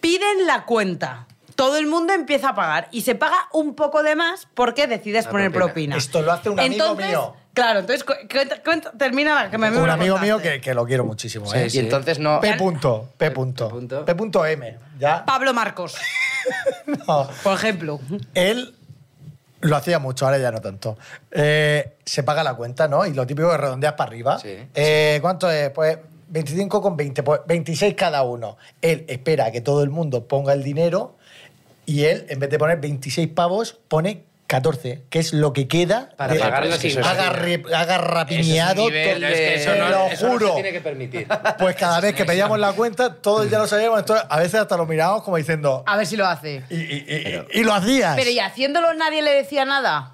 Piden la cuenta. Todo el mundo empieza a pagar y se paga un poco de más porque decides La poner propina. propina. Ah, Esto lo hace un amigo Entonces, mío. Claro, entonces cu- cuenta- cuenta- termina la que me me Un la amigo mío contaste. que, que lo quiero muchísimo. Sí, ¿eh? Y entonces no. P. Punto, P. Punto, punto. P. punto M. Ya. Pablo Marcos, no. por ejemplo. Él lo hacía mucho, ahora ya no tanto. Eh, se paga la cuenta, ¿no? Y lo típico que redondeas para arriba. Sí. Eh, ¿Cuánto es? Pues 25 con 20, pues 26 cada uno. Él espera a que todo el mundo ponga el dinero y él, en vez de poner 26 pavos, pone 14, que es lo que queda. Para de- pagarlo es que eso sin es- Haga, re- haga rapiñado. Eso es un nivel todo- te de- es que eso lo eso no juro. se tiene que permitir. Pues cada vez que pedíamos la cuenta, todos ya lo sabíamos. entonces a veces hasta lo mirábamos como diciendo... A ver si lo hace. Y, y- y- y lo hacías. Ah. Pero y haciéndolo nadie le decía nada.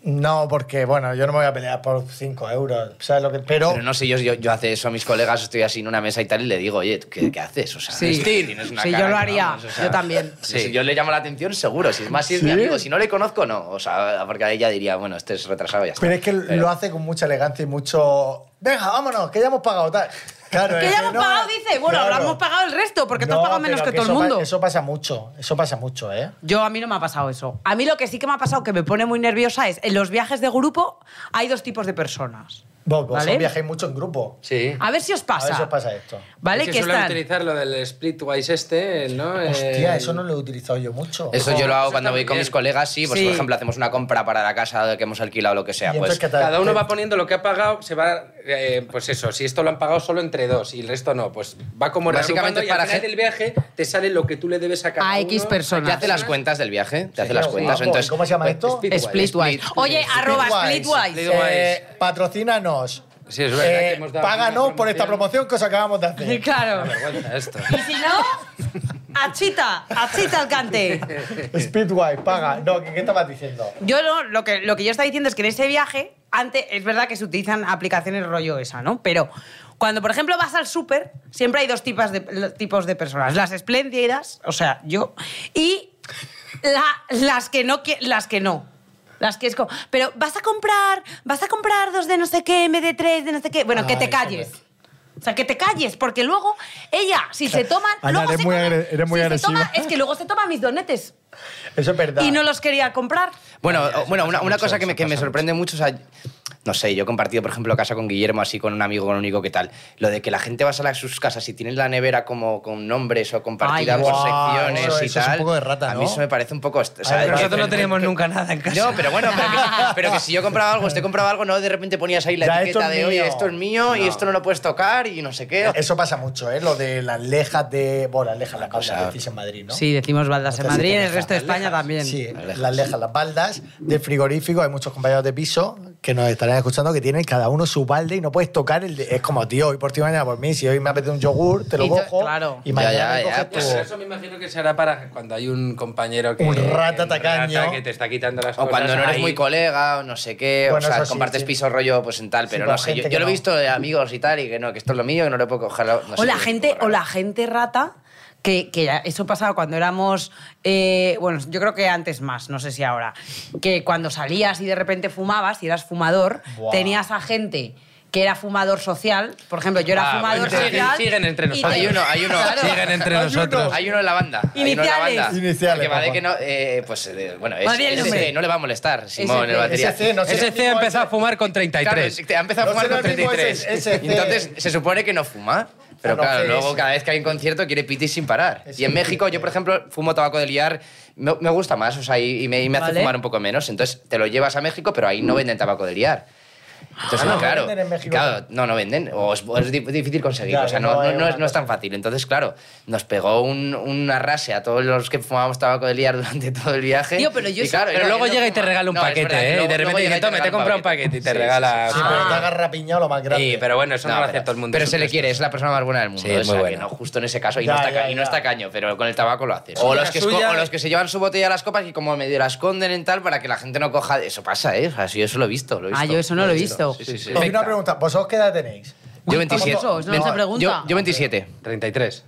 No, porque, bueno, yo no me voy a pelear por 5 euros. ¿Sabes lo que.? Pero. Pero no sé, yo, yo, yo hace eso a mis colegas, estoy así en una mesa y tal, y le digo, oye, ¿tú ¿qué, qué haces? O sea, Sí. tienes una Sí, cara yo lo que haría, vamos, o sea, yo también. sí, sí, yo le llamo la atención, seguro. Si es más, si es mi amigo, si no le conozco, no. O sea, porque ahí ya diría, bueno, este es retrasado, ya está. Pero es que lo hace con mucha elegancia y mucho. Venga, vámonos, que ya hemos pagado tal. Claro, Que es ya hemos no, pagado, dice. Bueno, claro. ahora hemos pagado el resto, porque tú has No, pagado menos pero que, todo el eso pa- mundo. Eso pasa mucho, eso pasa mucho, ¿eh? Yo a mí no me ha pasado eso. A mí lo que sí que me ha pasado que me pone muy nerviosa es en los viajes de grupo hay dos tipos de personas. Vos, vosotros ¿Vale? viajáis mucho en grupo. Sí. A ver si os A pasa. ver si os pasa esto. ¿Vale? Es que que suelen están. utilizar lo del splitwise este, ¿no? Eh, Hostia, eso no lo he utilizado yo mucho. Eso yo lo hago Eso cuando voy también. con mis colegas, sí. Pues, Sí. por ejemplo, hacemos una compra para la casa que hemos alquilado, lo que sea. Y entonces, Pues, ¿qué tal? Cada uno Te- va poniendo lo que ha pagado, se va, eh, pues eso, si esto lo han pagado solo entre dos y el resto no, pues va como Básicamente reagrupando y para al final gen- del viaje te sale lo que tú le debes a cada A X uno. personas. te hace las cuentas del viaje, te hace las Pero, cuentas. guapo, entonces, ¿Cómo se llama pues, esto? Split- Splitwise. Split- Oye, arroba Splitwise. Splitwise. Eh, patrocínanos. Sí, es verdad que Eh, hemos dado páganos una por esta promoción que os acabamos de hacer. Claro. Una vergüenza esto. Y si no, achita, achita al cante. Speedway, paga. No, ¿qué, qué estabas diciendo? Yo lo, lo que, lo que yo estaba diciendo es que en ese viaje, antes es verdad que se utilizan aplicaciones rollo esa, ¿no? Pero cuando, por ejemplo, vas al súper, siempre hay dos tipos de, l- tipos de personas. Las espléndidas, o sea, yo, y la- las que no. qui- Las que no. Las que es como, pero vas a comprar, vas a comprar dos de no sé qué, en vez de tres de no sé qué. Bueno, que Ah, te eso calles. O sea, que te calles, porque luego ella, si se toman. Ana, luego eres se muy comen- agre- eres muy si se toma- agresiva. es que luego se toman mis donetes Eso es verdad. y no los quería comprar. Bueno, o- bueno pasa una, una mucho, cosa que me, eso que me pasa sorprende mucho, o sea, no sé, yo he compartido, por ejemplo, casa con Guillermo, así con un amigo, con un único que tal, lo de que la gente va a las- sus casas y tienen la nevera como con nombres o compartida Ay, por guau, secciones eso- y eso es un tal. poco de rata, A ¿no? mí eso me parece un poco... est- O Ay, sea, nosotros que- no tenemos nunca nada en No, pero bueno, pero que, pero que si yo compraba algo, usted compraba algo, no de repente ponías ahí la Ya, etiqueta esto es de, oye, mío". esto es mío y esto no lo puedes tocar y no sé qué. Eso pasa mucho, ¿eh? Lo de las lejas de. Bueno, las lejas, las baldas, cosa- decís en Madrid, ¿no? Sí, decimos baldas en Entonces, Madrid, en ¿cómo el resto de España también. Sí, Las lejas. las lejas, las baldas del frigorífico. Hay muchos compañeros de piso que nos estarán escuchando que tienen cada uno su balde y no puedes tocar el de... Es como, tío, hoy por ti, mañana por mí. Si hoy me apetece un yogur, te lo Y yo- cojo. claro. Y Ya, ya, mañana ya, coges pues tu- Oh. eso Eso me imagino que será para cuando hay un compañero que. Un rata el tacaño. que te está quitando las O cosas. cuando no eres ahí. muy colega, o no sé qué, Bueno, o sea, eso sí, compartes sí. piso rollo, pues en tal, Sí, pero con no sé. Yo, gente yo que lo he no. visto de amigos y tal, y que no, que esto es lo mío, que no le puedo coger. la- No sé, o la es gente, como o la raro. gente rata, que, que ya- eso pasaba cuando éramos, eh, bueno, yo creo que antes más, no sé si ahora, que cuando salías y de repente fumabas y eras fumador, Buah. tenías a gente que era fumador social, por ejemplo, yo era Ah, fumador bueno, siguen- social. siguen entre y nosotros. te- Hay uno, hay uno. Claro. Siguen entre Hay nosotros. uno. Hay uno en la banda. hay uno en la Iniciales. banda. Iniciales, Que va de papá. que no, eh, pues eh, bueno, es, Madre, el SC, nombre. no le va a molestar, Simón, SC. el batería. SC, no sé. Ese C ha empezado a fumar con 33. Claro, ha No empezado a fumar será con el mismo 33. SC. Entonces, se supone que no fuma. Pero No, no, claro, sí, luego sí. cada vez que hay un concierto quiere pitis sin parar. Es Y en un- México, yo por ejemplo, fumo tabaco de liar, me, me gusta más, o sea, y, y me, y me hace Vale. fumar un poco menos. Entonces, te lo llevas a México, pero ahí no venden tabaco de liar. Entonces, Ah, no claro, venden en México. claro, no, no venden, o es, o es di- difícil Claro, conseguirlo, o sea, no, no hay no- no una es, no es tan fácil. Entonces, claro, nos pegó un, un arrase a todos los que fumábamos tabaco de liar durante todo el viaje. Tío, pero yo Y sé- claro, Pero no, luego no llega y te fuma. regala un No, es paquete, verdad que ¿eh? luego- Y de luego repente llega dice, y te toma, te he regala comprado un paquete y te Sí, sí, regala... sí, Sí, sí. pero te Ah. hagas rapiñado lo más grande. Sí, pero bueno, eso no, lo pero- hace todo el mundo. Pero se le quiere, es la persona más buena del mundo. Sí, es o sea, muy que buena. no, justo en ese caso. Y, Ya, no, está, ca- ya, y no está ya. caño, pero con el tabaco lo hacen. Sí, O los, la que esco- suya- o los que se llevan su botella a las copas y como medio la esconden en tal para que la gente no coja. Eso pasa, ¿eh? O sea, sí, eso lo he visto. Lo he Ah, visto. yo eso no lo he visto. Sí, sí, sí. Os una pregunta. ¿Vosotros qué edad tenéis? Uy, Yo 27. famosos, no, Ve- esa pregunta. Yo, yo 27. 33.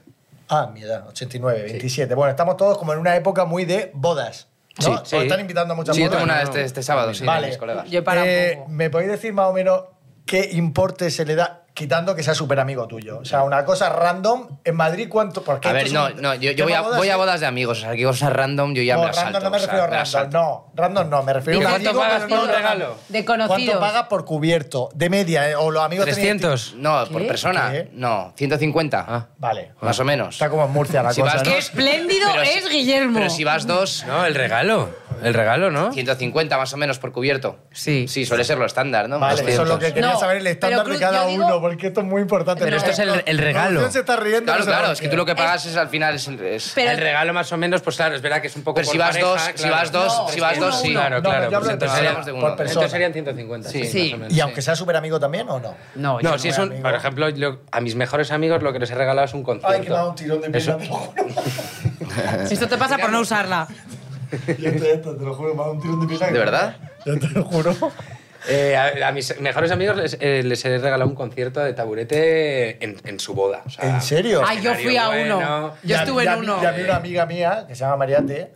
Ah, mi edad, 89, 27. Bueno, estamos todos como en una época muy de bodas. ¿no? Sí, Os sí. están invitando a muchas Sí, yo bodas. tengo una ¿no? este, este sábado, sí, Vale. de mis colegas. Yo he parado Eh, un poco. ¿Me podéis decir más o menos qué importe se le da quitando que sea súper amigo tuyo? O sea, una cosa random. ¿En Madrid cuánto? Porque A ver, esto no, es un no, yo, tema yo voy, a, bodas voy a que- bodas de amigos, o sea, que cosas random yo ya No, me random las salto. no me o sea, refiero me las a random. salto. No, random no. Me refiero a un ¿Cuánto amigo, pagas pero por no un random. regalo? De ¿Cuánto conocidos. pagas por cubierto? De media, eh, o los amigos tenéis- 300. No, por ¿Qué? persona. ¿Qué? No, 150. Ah. Vale. Más o menos. Está como en Murcia la Si cosa, vas ¿no? ¡Qué no. espléndido Pero si- es Guillermo! Pero si vas dos, No, el regalo. El regalo, ¿no? 150 más o menos por cubierto. Sí. Sí, suele ser lo estándar, ¿no? Vale, eso es lo 200. que quería No, saber, el pero estándar de Cruz, cada yo digo- uno, porque esto es muy importante. Pero esto es el- el regalo. Producción se está riendo. Claro, no sé claro, por es qué. que tú lo que pagas es al final es... es- Pero- el regalo más o menos, pues claro, es verdad que es un poco Pero por si vas pareja, dos, claro. si vas dos, No, si es vas que dos, uno, sí. uno. Claro, No, claro. yo hablo pues de entonces, persona, serían- de uno. por persona. entonces serían 150. Sí. más Sí. o menos. Y aunque sea súper amigo también, ¿o no? No, yo No, no si no es era un... amigo. Por ejemplo, yo- a mis mejores amigos lo que les he regalado es un concierto. Ay, que me da un tirón de Eso- mierda, te lo juro. Esto te pasa por no usarla. Yo te, te lo juro, me da un tirón de mierda. ¿De verdad? Yo te lo juro. Eh, a, a mis mejores amigos les, eh, les he regalado un concierto de taburete en, en su boda. Ah. o sea, ¿En serio? Ay, yo fui a Escenario uno. bueno. Yo Ya- estuve ya- en uno. Ya vi una amiga mía que se llama Mariate,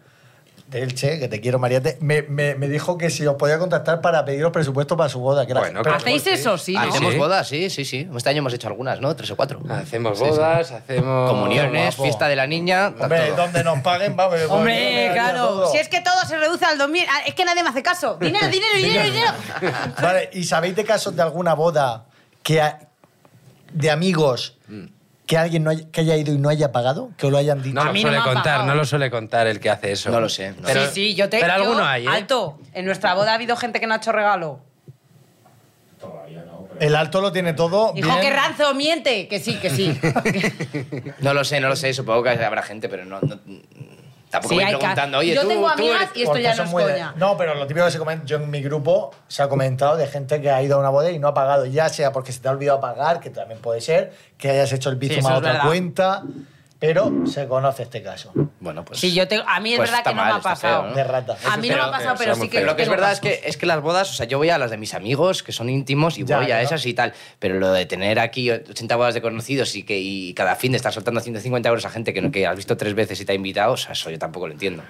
de Elche, que te quiero, Mariate, me, me, me dijo que si os podía contactar para pediros presupuesto para su boda. Que era- Bueno, pero- claro. ¿Hacéis eso? Sí, Ah, ¿no? Hacemos Sí. bodas, sí, sí, sí. Este año hemos hecho algunas, ¿no? Tres o cuatro. Hacemos Sí, sí. bodas, hacemos... Comuniones, guapo. fiesta de la niña... está Hombre, todo. donde nos paguen, vamos. Hombre, claro. Si es que... que todo se reduce al 2000. Ah, Es que nadie me hace caso. Dinero, dinero, dinero, dinero. Vale, ¿y sabéis de casos de alguna boda que ha- de amigos que alguien no haya, que haya ido y no haya pagado? Que os lo hayan dicho. No A lo mí no suele me han contar, pagado. no lo suele contar el que hace eso. No lo sé, no Pero- sí, sí, yo te. Pero yo- alguno hay, ¿eh? Alto. En nuestra boda ha habido gente que no ha hecho regalo. El alto lo tiene todo. Hijo, bien. que ranzo, miente. Que sí, que sí. No lo sé, no lo sé. Supongo que habrá gente, pero no... no- Sí, tampoco voy hay ca- preguntando, oye, Yo tú, tengo tú amigas eres- y esto Porque ya no son es muy de- coña. No, pero lo típico que se comenta, yo en mi grupo se ha comentado de gente que ha ido a una boda y no ha pagado, ya sea porque se te ha olvidado pagar, que también puede ser, que hayas hecho el bizum eso a es otra verdad. cuenta, pero se conoce este caso Bueno, pues... Sí, yo te, a mí es Pues verdad está que no me mal, ha está pasado. feo, ¿no? de rata. A mí no me ha Pero- pasado, pero, pero sí somos que. Pero lo que es tengo verdad es casos. que, es que las bodas, o sea, yo voy a las de mis amigos, que son íntimos, y Ya, voy a claro. esas y tal. Pero lo de tener aquí 80 bodas de conocidos y que y cada fin de estar soltando 150 euros a gente que, no- que has visto tres veces y te ha invitado, o sea, eso yo tampoco lo entiendo.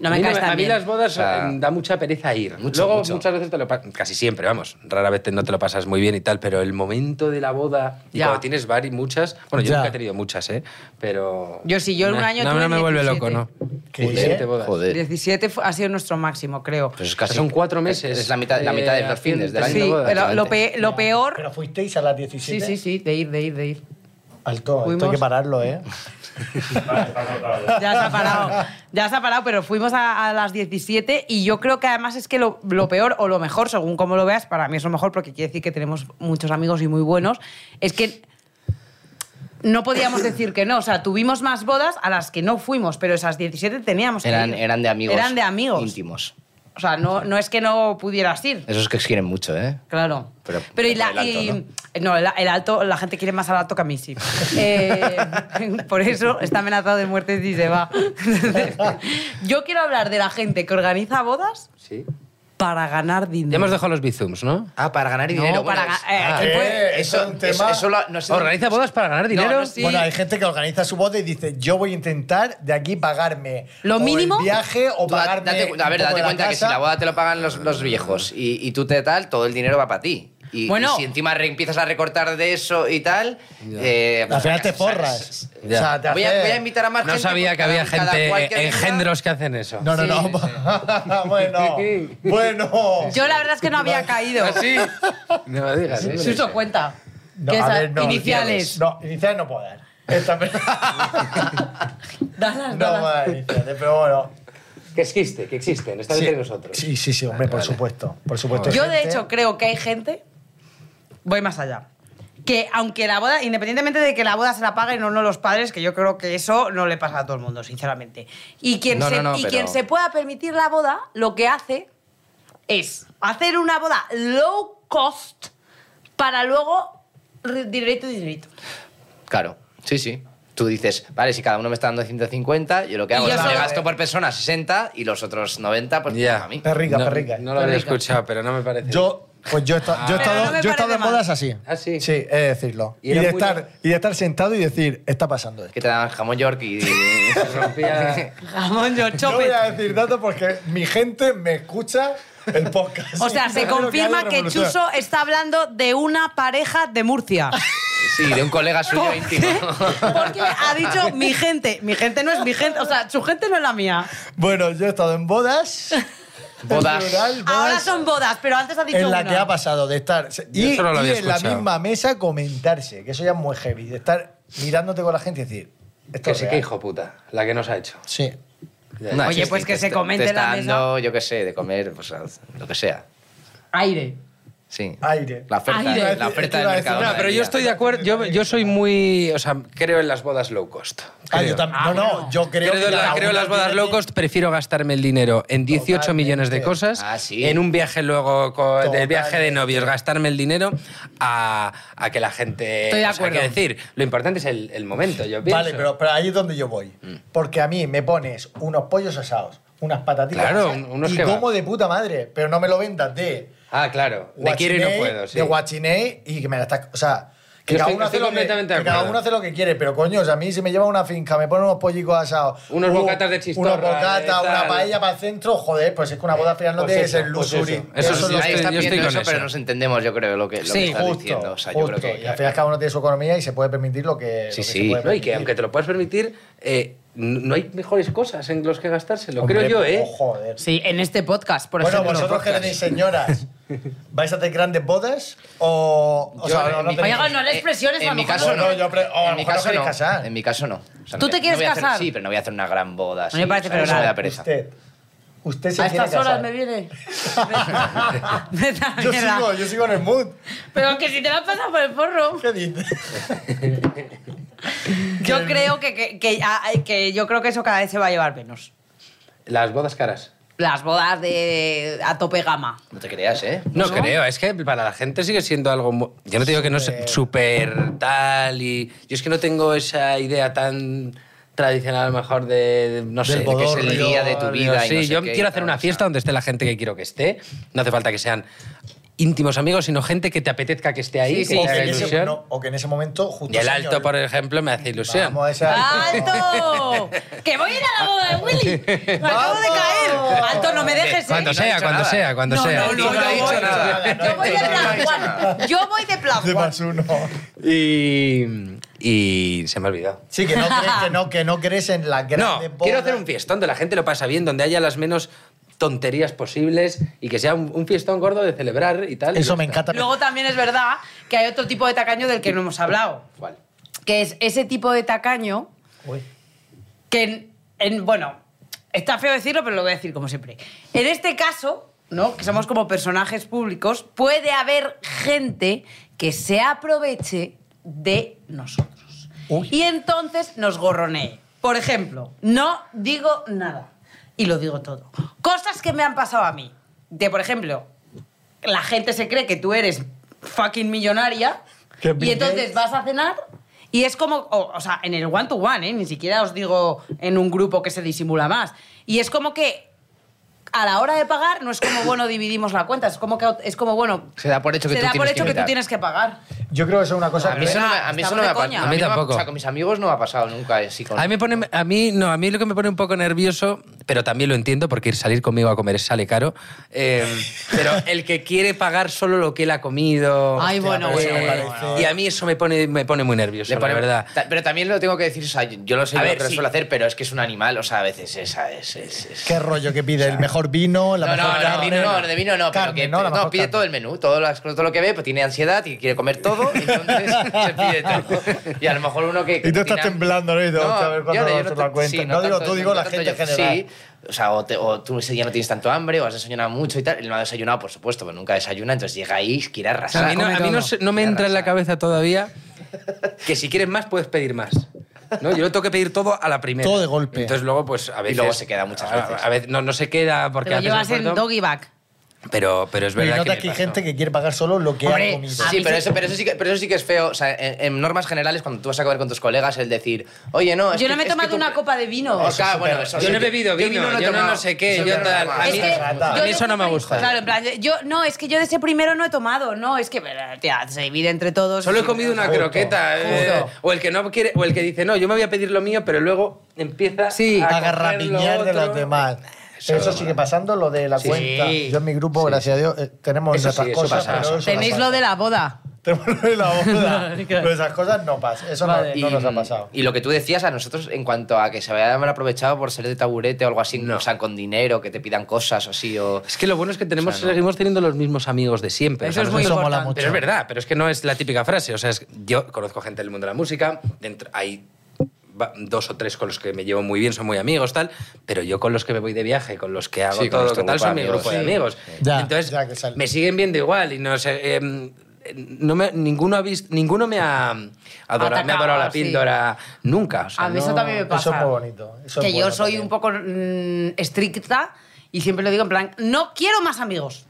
No me a mí, caes a tan mí bien. las bodas O sea, eh, da mucha pereza ir. mucho, Luego mucho. muchas veces te lo pasas, casi siempre, vamos, rara vez te- no te lo pasas muy bien y tal, pero el momento de la boda, y Ya. cuando tienes varias, muchas, bueno, yo Ya. nunca he tenido muchas, ¿eh? Pero... Yo sí, yo en un No, año No, tuve no me vuelve loco, 17. ¿no. ¿Qué? 17 bodas. Joder. 17 fu- ha sido nuestro máximo, creo. Pues es casi- Pues, Son cuatro meses. Es la mitad, la mitad de Eh, los fines del año. haciendo Sí, bodas, pero lo, realmente. pe- lo peor. Pero fuisteis a las Sí, 17. sí, sí, de ir, de ir, de ir. Alto, esto hay Fuimos. que pararlo, ¿eh? Ya se ha parado. Ya se ha parado, pero fuimos a, a las 17 y yo creo que además es que lo, lo peor o lo mejor, según cómo lo veas, para mí es lo mejor porque quiere decir que tenemos muchos amigos y muy buenos, es que no podíamos decir que no. O sea, tuvimos más bodas a las que no fuimos, pero esas 17 teníamos que Eran, ir. eran de amigos. Eran de amigos. Íntimos. O sea, no, no es que no pudieras ir. Esos que quieren mucho, ¿eh? Claro. Pero- y la. el alto, y- no, el, el alto, la gente quiere más al alto que a mí, sí. Eh, por eso está amenazado de muerte si se va. Yo quiero hablar de la gente que organiza bodas Sí. para ganar Ya hemos dinero. dejado los bizums, ¿no? Ah, para ganar No, dinero. para bueno, es- ga- eh, ah, que eh, puede- eso, es un tema- eso- eso lo- no sé- ¿Organiza bodas para ganar dinero? No, no, sí. Bueno, hay gente que organiza su boda y dice, yo voy a intentar de aquí pagarme Lo o mínimo- el viaje o Tú da- pagarme date cu- a ver, un poco date la cuenta que si casa". la boda te lo pagan los, los viejos y, y tú te tal, todo el dinero va para ti. Y, Bueno. y si encima re- empiezas a recortar de eso y tal, eh, Al final te sacas- forras. Ya. O sea, te Voy a, hace- voy a invitar a más No gente. sabía porque que había cada- cada cual que gente, eh, venga- engendros que hacen eso. No, no, no. bueno, bueno. Yo la verdad es que Ah, no había caído. ¿Así? ¿Ah, No me digas. ¿eh? Suso, cuenta. No, ¿Qué a es- ver, no. iniciales. No, iniciales no puedo dar. Esta me- Dalas, dalas. no puedo dar iniciales, pero bueno. Que existe, que existe, no está Sí. entre nosotros. Sí, sí, sí, hombre, por supuesto. Por supuesto. Yo, de gente. hecho, creo que hay gente. Voy más allá. Que aunque la boda, independientemente de que la boda se la paguen o no los padres, que yo creo que eso no le pasa a todo el mundo, sinceramente. Y quien, No, se, no, no, y pero- quien se pueda permitir la boda, lo que hace es hacer una boda low cost para luego re- dinerito, dinerito. Claro, sí, sí. Tú dices, vale, si cada uno me está dando 150, yo lo que hago yo es que me solo- gasto por persona 60 y los otros 90, pues Ya. a mí. Perrica, no, perrica. No lo había escuchado, pero no me parece. Yo, pues yo he estado, yo Ah, he Pero estado, no me yo he estado parece en bodas así. Ah, sí. Sí, he de decirlo. Y Y, era de muy- estar, y de estar sentado y decir, está pasando esto. Que te dan jamón york y... rompía. Jamón, yo, No voy chope. a decir datos porque mi gente me escucha el podcast. O sea, se Sabe lo que confirma hace que revolución. Chuso está hablando de una pareja de Murcia. sí, de un colega suyo ¿Por íntimo. Porque ha dicho mi gente. Mi gente no es mi gente. O sea, su gente no es la mía. Bueno, yo he estado en bodas. en Bodas. plural, Ahora bodas son bodas, pero antes ha dicho en la una. que ha pasado de estar y, eso no lo y había en la escuchado. misma mesa comentarse, que eso ya es muy heavy, de estar mirándote con la gente y decir, esto Que es sí, que real. hijo puta, la que nos ha hecho. Sí. No, Oye, sí, pues sí, que te se está- comente te está la mesa. dando, yo qué sé, de comer, pues lo que sea. Aire. Sí. Aire. La oferta, Aire. la oferta del Iba a decir- mercado. No, No, pero yo estoy de acuerdo, yo, yo soy muy, o sea, creo en las bodas low cost. Ah, yo Creo. tam- Ah, no, no, bueno. yo creo Creo, que en la- cada creo en uno las bodas tiene- low cost, prefiero gastarme el dinero en 18 Totalmente. millones de cosas, Ah, sí. en un viaje luego co- de Totalmente. viaje de novios, gastarme el dinero a, a que la gente... Estoy de o sea, acuerdo. quiero decir, lo importante es el, el momento, yo pienso. Vale, pero, pero ahí es donde yo voy. Mm. Porque a mí me pones unos pollos asados, unas patatitas Claro, asadas, unos y kebabs. como de puta madre, pero no me lo vendas de Ah, claro, de quiero y no guachinei- puedo, sí. De guachinei y que me la estás... O sea, que Yo cada, estoy- uno hace estoy lo que, completamente de que cada acuerdo. uno hace lo que quiere, pero coño, o sea, a mí si me lleva a una finca, me pone unos pollicos asados... Unos un- bocatas de chistorra, Unos bocatas, de una tal. paella para el centro, joder, pues es que una boda al final no Pues tiene eso, que ser pues luxury. eso. Eso es sí, lo ahí que- está, yo estoy viendo con eso, eso. pero nos entendemos, yo creo, lo que, lo Sí. que estás Justo, diciendo. O sea, yo justo. creo que... Y al final cada uno tiene su economía y se puede permitir lo que, Sí, lo que se sí. puede No, y que permitir. aunque te lo puedas permitir, eh, n- no hay mejores cosas en los que gastárselo, Hombre, creo yo, ¿eh? oh, joder. Sí, en este podcast, por bueno, ejemplo. vosotros que tenéis señoras, ¿vais a hacer grandes bodas o...? o Yo, sea, en no, no mi- tenéis- Oye, no les presiones, a En lo mi mejor caso no. no. No, yo, pero- o a lo en mi mejor no caso queréis no. casar. En mi caso no. O sea, ¿Tú no te voy- quieres no voy a hacer- casar? sí, pero no voy a hacer una gran boda. me parece pero Eso fenomenal. me da pereza. Usted, usted se A quiere estas horas casar. me viene. Vete a la Yo mierda. sigo, yo sigo en el mood. Pero que si te lo has pasado por el porro. ¿Qué dices? Yo creo que, que, que- a- que yo creo que eso cada vez se va a llevar menos. Las bodas caras. Las bodas de a tope gama. No te creas, ¿eh? No, creo, es que para la gente sigue siendo algo. mu- Yo no te digo que no es súper tal y. Yo es que no tengo esa idea tan tradicional, a lo mejor, de. de- No sé, de que es bodorrio, el día de tu vida. y Sí, no sé yo qué y quiero hacer tal, una o sea. fiesta donde esté la gente que quiero que esté. No hace falta que sean íntimos amigos, sino gente que te apetezca que esté ahí, Sí, sí, que o, te haga que en ese, ilusión. no, o que en ese momento justo Y el señor- alto, por ejemplo, me hace ilusión. Vamos a esa... ¡Alto! ¡Que voy a ir a la boda de Willy! ¡Me acabo de caer! ¡Alto, no me dejes! ¿eh? no Cuando ha sea, dicho cuando nada. sea, cuando sea. No, no, No ha yo dicho voy. nada. Yo voy de No ha plan dicho one. Yo voy de plan de one. más uno. Y, y se me ha olvidado. Sí, que no crees, que no, que no crees en la No, grande quiero hacer un fiestón donde la gente lo pasa bien, donde haya las menos tonterías posibles y que sea un, un fiestón gordo de celebrar y tal. Eso Y me ya está. encanta. Luego también es verdad que hay otro tipo de tacaño del que no hemos hablado, ¿Cuál? que es ese tipo de tacaño Uy. que, en, en- bueno, está feo decirlo, pero lo voy a decir como siempre. En este caso, ¿no? que somos como personajes públicos, puede haber gente que se aproveche de nosotros. Uy. Y entonces nos gorronee. Por ejemplo, no digo nada. y lo digo todo. Cosas que me han pasado a mí. De, por ejemplo, la gente se cree que tú eres fucking millonaria Que Bill y entonces Gates. vas a cenar y es como, o, o sea, en el one to one, ¿eh? ni siquiera os digo en un grupo que se disimula más. Y es como que a la hora de pagar no es como, bueno, dividimos la cuenta, es como, que, es como bueno, Se da por hecho que se tú da por tienes hecho que que, tú imitar. tienes que pagar. Yo creo que eso es una cosa A que mí eso no me, Venga, a mí eso estamos no me de ha coña. pasado. A mí mí tampoco. tampoco. O sea, con mis amigos no me ha pasado nunca. eh, sí, con- pues. A mí, me pone- a mí no, a mí lo que me pone un poco nervioso, pero también lo entiendo porque ir salir conmigo a comer sale caro. eh, pero el que quiere pagar solo lo que él ha comido. Ay, bueno, eh, bueno, bueno. Y a mí eso me pone, me pone muy nervioso, Le pone- la verdad. Ta- Pero también lo tengo que decir, o sea, yo yo lo sé A yo ver, lo que sí. suelo hacer, pero es que es un animal, o sea, a veces esa es. es- es- ¿Qué rollo que pide? ¿El mejor vino? La No, mejor no, no, carne? vino no, de vino no, Carne, pero que ¿no? La mejor no, pide carne. todo el menú, todo, las- todo lo que ve, pues tiene ansiedad y quiere comer todo, entonces se pide todo. Y a lo mejor uno que... Y tú estás temblando, ¿no? Y dices, "Hostia, a ver cuándo yo va a yo hacer la tan- cuenta". No digo tanto- tú, digo la tanto gente yo. en general. Sí, o sea, o, te- o tú ese día no tienes tanto hambre, o has desayunado mucho y tal, él no ha desayunado, por supuesto, pero nunca desayuna, entonces llega ahí y quiere arrasar. a mí no, come a mí no todo. se- no me Quiere entra en la arrasar. cabeza todavía que si quieres más puedes pedir más. ¿no? Yo lo tengo que pedir todo a la primera. Todo de golpe. Entonces luego, pues a veces... luego se queda muchas a- veces. A, veces no, no se queda porque... Te lo haces llevas el en esfuerzo, doggy bag. pero, pero es Y verdad nota me que hay pasa. gente que quiere pagar solo lo que Hombre, ha comido. a Sí, mí pero sí- eso, pero, eso sí que, pero eso sí que es feo. O sea, en, en normas generales, cuando tú vas a comer con tus colegas, el decir, oye, no. es Yo que- no me he es que tomado tú- una copa de vino. O sea, bueno, eso- Yo no he bebido vino, he yo no tomado. no sé qué, Eso yo no es tal. normal. A Es mí- que a yo mí eso no me desde- gusta. Claro, en plan, yo no, es que yo desde primero no he tomado, no, es que tía, se divide entre todos. Solo he comido una Justo, croqueta. eh, justo. o el que no quiere, o el que dice, no, yo me voy a pedir lo mío, pero luego empieza Sí. a a coger garrapiñar lo de los otro. demás. Eso, sigue pasando, lo de la Sí. cuenta. Yo en mi grupo, gracias a Dios, eh, tenemos Eso sí, esas eso cosas. pasa, pero eso eso Tenéis no lo pasa. de la boda. Tenemos lo de la boda. pero esas cosas no pasan. Eso no- Vale. no, nos ha pasado. Y lo que tú decías a nosotros en cuanto a que se hayan aprovechado por ser de taburete o algo así, o sea, con dinero, que te pidan cosas o así, o... Es que lo bueno es que tenemos, O sea, no. seguimos teniendo los mismos amigos de siempre. Eso es muy nosotros- Eso mola importante. mucho. Pero es verdad, pero es que no es la típica frase. O sea, es- yo conozco gente del mundo de la música, dentro, hay va- dos o tres con los que me llevo muy bien, son muy amigos, tal, pero yo con los que me voy de viaje, con los que hago Sí, con todo, nuestro que tal, grupo de son mi amigos. grupo de Sí. amigos. Ya, Entonces, ya que sale. me siguen viendo igual y no sé... em, no me- ninguno ha visto ninguno me ha adorado, me ha Atacado, adorado la sí. píldora nunca o sea, A mí no- eso también me pasa. Eso es muy bonito. Eso es que yo bueno soy también. un poco mm, estricta y siempre lo digo en plan, no quiero más amigos.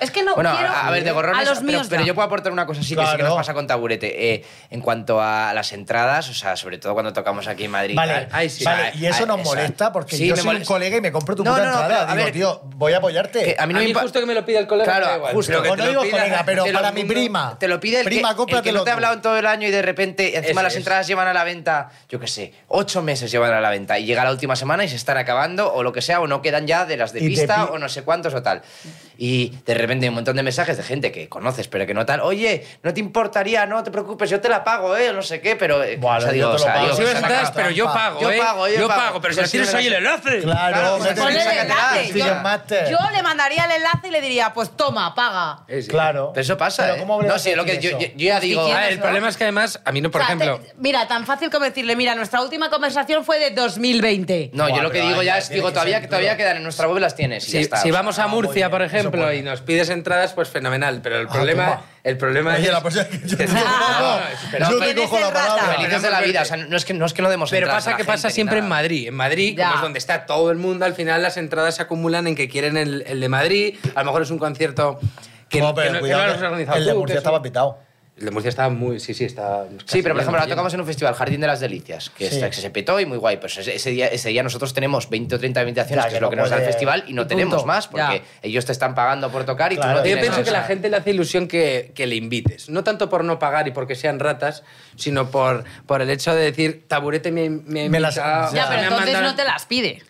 Es que no Bueno, quiero a, a ver, de gorrones, a los pero- míos pero, ya. yo puedo aportar una cosa así que sí que Claro. nos pasa con taburete. Eh, en cuanto a las entradas, o sea, sobre todo cuando tocamos aquí en Madrid. Vale, tal, ay, sí. o sea, vale, y eso ay, nos o sea, molesta porque sí, yo me soy un molesta. colega y me compro tu No, puta no, no, entrada. pero, a Digo, ver, tío, voy a apoyarte. que a mí no A me mí impa- justo que me lo pida el colega me da Claro, igual, justo. pero que O te no lo digo pida- colega, pero te lo para mi manda- prima. Te lo pide el Prima, que, el que cómpratelo no te ha tú. hablado en todo el año y de repente encima Eso las es. entradas llevan a la venta, yo qué sé, ocho meses llevan a la venta y llega la última semana y se están acabando o lo que sea o no quedan ya de las de Y te pista pi- o no sé cuántos o tal. Y de repente hay un montón de mensajes de gente que conoces pero que no tal, oye, no te importaría, no te preocupes, yo te la pago, eh, no sé qué, pero... eh, Bueno, o sea, yo digo, te lo o sea, pago. digo, Sí, Yo saca- verdad, saco- pero yo pago, Yo ¿eh? pago, yo pago. Pero si lo Pero tienes sí me ahí el lo- enlace. Claro, Claro, métete- Ponle el Sácatela, enlace. sí, Yo, Game Master. yo le mandaría el enlace y le diría, pues toma, paga. Sí, sí. Claro. Pero eso pasa, Pero ¿eh? ¿cómo le No, vas sí, a lo que decir yo, yo, eso? yo ya digo... ¿quién Ah, es, el no? problema es que además, a mí no, por O sea, te- ejemplo. mira, tan fácil como decirle, mira, nuestra última conversación fue de 2020. No, yo Buah, lo que pero digo ahí ya ya es, tiene digo, que todavía, ser que todavía duro. quedan en nuestra web las tienes. y ya Si, está, si o sea. vamos a muy Murcia, bien, por eso ejemplo, mola. y nos pides entradas, pues fenomenal. Pero el Ah, problema, toma. el problema Oye, es. la próxima que yo te, Ah, pero- yo te pero- cojo Eres la el rata. palabra. Felices de la vida, o sea, no es que no, es que no demos Pero entradas a pasa la que pasa gente ni siempre en nada. Madrid. En Madrid, Ya. como es donde está todo el mundo, al final las entradas se acumulan en que quieren el, el de Madrid. A lo mejor es un concierto que No, que pero no- que cuidado, no lo has organizado el de tú, que Murcia es un- estaba pitado. El de Murcia estaba muy. Sí, sí, estaba. Sí, pero por ejemplo, ahora lleno. tocamos en un festival, Jardín de las Delicias, que, Sí. está- que se petó y muy guay. Pues ese, ese día, ese día nosotros tenemos 20 o 30 invitaciones, Ya, que que es lo no que nos da el puede- festival, y no y tenemos punto, más, porque ya. ellos te están pagando por tocar y tú Claro. no Yo Yo tienes. pienso o que sea, la gente le hace ilusión que, que le invites. No tanto por no pagar y porque sean ratas, sino por, por el hecho de decir, taburete me, me, ha Me las- invitado, Ya, Ya, pero me ha entonces mandado-". no te las pide.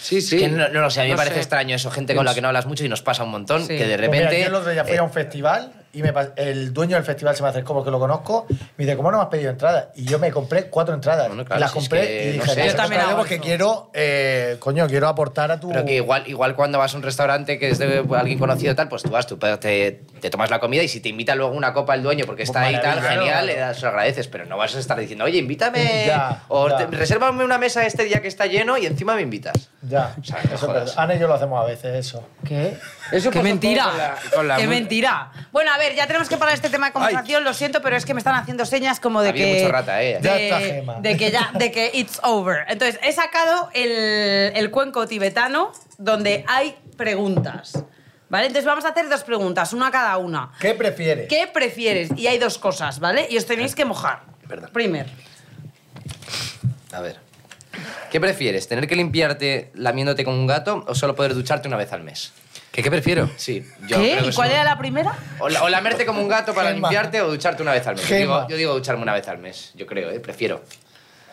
Sí, sí. que no, no lo sé, a mí me No parece sé. extraño eso, gente con la que no hablas mucho y nos pasa un montón, Sí. que de Pues mira, repente... eh, yo el otro día fui a un festival y me pas- el dueño del festival se me acercó porque lo conozco. Me dice, ¿cómo no me has pedido entradas? Y yo me compré cuatro entradas. Bueno, claro, las si es compré que y no dije, sé. "Las Yo también compraré hago porque eso. quiero, eh, coño, quiero aportar a tu. Pero que igual, igual cuando vas a un restaurante que es de alguien conocido tal, pues tú vas, tú te, te tomas la comida y si te invita luego una copa el dueño Pues porque está ahí tal, Maravilla, genial, claro. le das, se lo agradeces, pero no vas a estar diciendo, oye, invítame Ya, o ya. te- resérvame una mesa este día que está lleno y encima me invitas. Ya, O sea, no eso es jodas. verdad. Ana y yo lo hacemos a veces, eso. ¿Qué? Eso pasa un ¡Qué poco mentira! con la- con la ¡Qué mu- mentira! Bueno, a ver, ver, ya tenemos que parar este tema de conversación, lo siento, pero es que me están haciendo señas como de Había que. mucho rata, ¿eh? Ya está, Gema. de que ya, de que it's over. Entonces, he sacado el, el cuenco tibetano donde hay preguntas. ¿Vale? Entonces vamos a hacer dos preguntas, una a cada una. ¿Qué prefieres? ¿Qué prefieres? Y hay dos cosas, ¿vale? Y os tenéis que mojar. Perdón. Primero. A ver. ¿Qué prefieres? ¿Tener que limpiarte lamiéndote como un gato o solo poder ducharte una vez al mes? ¿Qué, qué prefiero? Sí, yo ¿Qué? creo que ¿Y cuál sí. era la primera? O, la- o lamerte como un gato para Gemma. limpiarte o ducharte una vez al mes. Yo Gemma. digo, yo digo ducharme una vez al mes, yo creo, ¿eh? prefiero.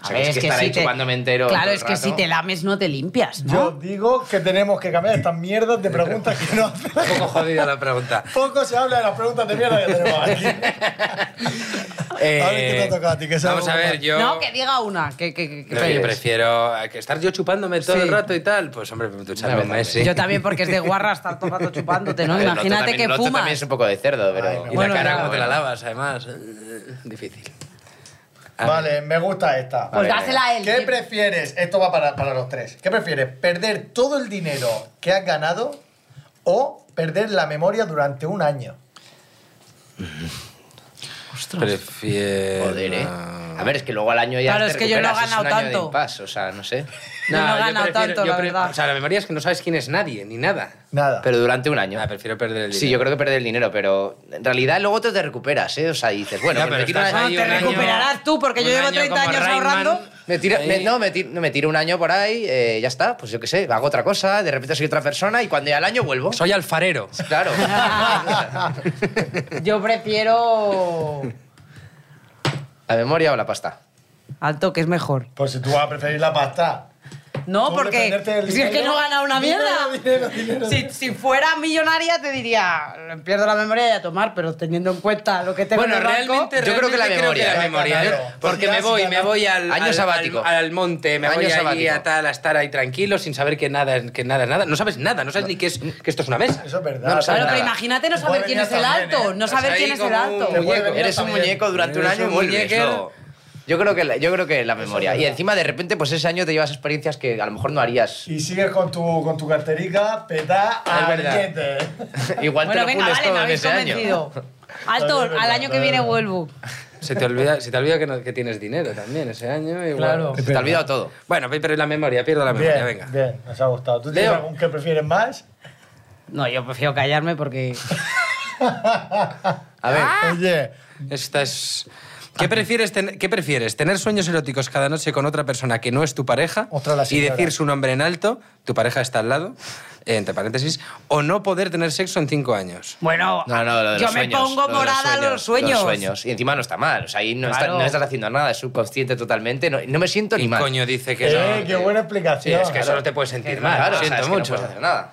O A sea, ver, que es que, estar ahí te- chupándome entero. Claro, todo el es que rato. si te lames no te limpias, ¿no? Yo digo que tenemos que cambiar estas mierdas de preguntas que no hacen. Un poco jodida la pregunta. Poco se habla de las preguntas de mierda que tenemos aquí. A ver, ¿qué te ha tocado a ti? Que sea Eh, vamos a algo ver, más. yo... No, que diga una. Que, que- que- que No, yo prefieres. prefiero eh, que estar yo chupándome todo Sí. el rato y tal. Pues hombre, ducharme Una un vez al mes, sí. Yo también, porque es de guarra estar todo el rato chupándote, ¿no? A ver, el otro Imagínate también- el que otro fumas. también es un poco de cerdo, pero. Ay, no. y Y la Bueno, cara ya. como te la bueno. lavas, además. Eh, Difícil. A ver. Vale, me gusta esta. Pues Vale, dásela a él. ¿Qué que- prefieres? Esto va para, para los tres. ¿Qué prefieres? ¿Perder todo el dinero que has ganado o perder la memoria durante un año? Prefiero... Joder, ¿eh? A ver, es que luego al año ya. Claro, te es que yo no he recuperas, es ganado un año de tanto. impasse, o sea, no sé. Yo no he yo ganado prefiero- tanto, yo la pre- verdad. O sea, la memoria es que no sabes quién es nadie, ni nada. Nada. Pero durante un año. Ah, prefiero perder el dinero. Sí, yo creo que perder el dinero, pero en realidad luego te, te recuperas, ¿eh? O sea, dices, bueno, Ya, pues pero me tiro estás una- ahí te un año- recuperarás tú, porque yo un llevo año 30 como años Rain Man. ahorrando. Me tiro, Ahí. me- no, me tiro, no, me tiro un año por ahí, eh, ya está, pues yo qué sé, hago otra cosa, de repente soy otra persona y cuando ya al año vuelvo. Soy alfarero. Claro. Yo prefiero. ¿La memoria o la pasta? Alto, que es mejor. Pues si tú vas a preferir la pasta. No, Pobre, porque. perderte el Si es que dinero. no gana una Dinero, mierda. dinero, dinero. Si, si fuera millonaria, te diría. Pierdo la memoria y a tomar, pero teniendo en cuenta lo que tengo Bueno, en el banco- realmente, yo creo que la realmente memoria. la memoria, Claro. ¿eh? Porque Pues me ya, voy, ya, me ya. voy al, Año al- sabático. al, al monte, me Año voy allí sabático. a tal, a estar ahí tranquilo, sin saber que nada, es- que nada, es nada. No sabes nada, no sabes ni que, es, que esto es una mesa. Eso es verdad. No lo Claro, sabes pero nada. imagínate no Te saber puede quién es venir el también, alto. ¿eh? No Estás saber Pues ahí quién es el como alto. un- Puede venir Eres un también. muñeco durante un Eres año y un vuelves, muñequer. ¿no? Yo creo que la, yo creo que la memoria. Y encima de repente, pues ese año te llevas experiencias que a lo mejor no harías. Y sigues con tu, con tu carterica, petá, Es al verdad. diente. Igual Bueno, te lo venga, pules vale, todo me en habéis ese año. convencido. Alto, Vale, al vale, año que vale, viene vale. vuelvo. Se te olvida, se te olvida que, no- que tienes dinero también ese año. igual. Claro. Se te ha olvidado todo. Bueno, pero la memoria, pierdo la memoria, Bien, venga. bien, nos ha gustado. ¿Tú tienes Leo. algún que prefieres más? No, yo prefiero callarme porque. A ver. Ah. Ah. Oye, Esta es... Ah. ¿Qué prefieres, ten- ¿Qué prefieres? ¿Tener sueños eróticos cada noche con otra persona que no es tu pareja Otra la y señora. decir su nombre en alto, tu pareja está al lado, entre paréntesis, o no poder tener sexo en cinco años? Bueno, No, no, lo de los yo sueños, me pongo lo de los morada a los sueños. Los sueños. Y encima no está mal. O sea, ahí no, está- Claro. no estás haciendo nada, es subconsciente totalmente. No, no me siento ni Y mal. coño dice que eh, no. qué buena Sí, explicación. es que solo te puedes sentir mal. Claro, lo o sea, siento es que mucho. no puedes hacer nada.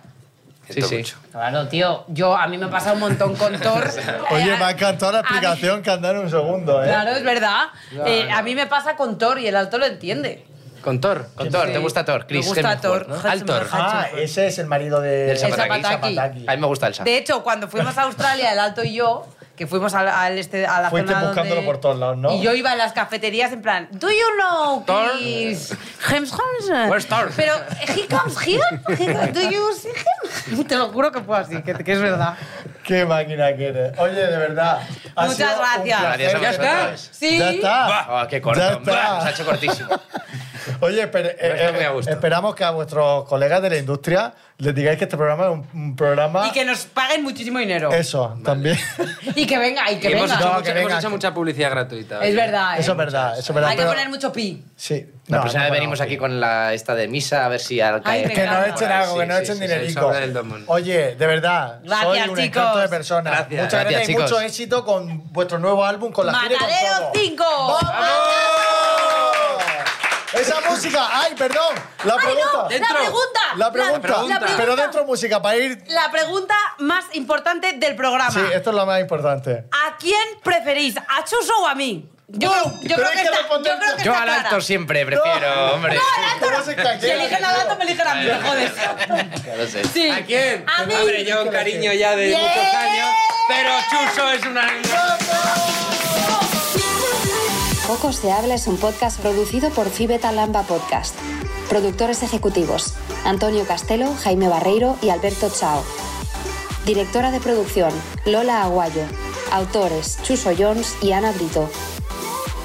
Siento Sí, sí. mucho. Claro, tío, yo a mí me pasa un montón con Thor. Oye, Eh, me ha encantado la a mí- explicación que han dado en un segundo, ¿eh? Claro, es verdad. Eh, A mí me pasa con Thor y el alto lo entiende. Con Thor. Con Thor, ¿te gusta Thor? Chris me gusta Hemsworth, Thor. ¿no? Hudson- Altor. Hudson- Ah, ese es el marido de Del Zapataki. Zapataki. A mí me gusta el Sam. De hecho, cuando fuimos a Australia, el alto y yo, que fuimos al, al este, a la Fuiste zona donde- buscándolo por todos lados, ¿no? Y yo iba a las cafeterías en plan, ¿Do you know Thor? Chris Hemsworth? Where's Thor? Pero, ¿he comes here? He comes- ¿Do you see him? Te lo juro que fue así, que, que es verdad. Qué máquina que eres. Oye, de verdad. ha Muchas sido un gracias. placer Gracias a de vosotros. verdad. Sí. Ya está. Ah, qué corto. Ya hombre, está. Se ha hecho cortísimo. Oye, pero, eh, está eh, muy a gusto. esperamos que a vuestros colegas de la industria les digáis que este programa es un, un programa. Y que nos paguen muchísimo dinero. Eso, también. Y que venga, y que hemos, venga. hecho No, mucha, que hemos venga. hecho mucha publicidad gratuita. Es oye. verdad, ¿eh? eso es verdad, eso es verdad. Hay que pero- poner mucho pi. Sí. La No, no, próxima vez no, venimos no. aquí con la esta de misa a ver si al Ay, me Que nos Venga. echen algo, que nos Sí, echen sí, sí, dinerico. sobre el Domón. Oye, de verdad, soy Gracias, un chicos. encanto de persona. Gracias. Muchas gracias, Gracias, y chicos. mucho éxito con vuestro nuevo álbum, con la gira y con ¡Matadero todo. 5! Esa música, ay, perdón, la ¡Ay, no! pregunta. ¡La Dentro. pregunta! La pregunta, La, la pregunta. pero dentro música, para ir... La pregunta más importante del programa. Sí, esto es lo más importante. ¿A quién preferís? ¿A Chuso o a mí? Yo, Bueno, yo, pero creo, hay que que está, yo creo responder- que Yo está al clara. actor siempre prefiero, hombre. ¿Cómo se Si cachea? eligen al alto, me eligen a mí, me jodes. Claro, sí. Sí. ¿A quién? Pues A mí. Hombre, yo un cariño ya de Bien. muchos años, pero Chuso es una... Poco se habla es un podcast producido por Fibeta Lamba Podcast. Productores ejecutivos: Antonio Castelo, Jaime Barreiro y Alberto Chao. Directora de producción: Lola Aguayo. Autores Chuso Jones y Ana Brito.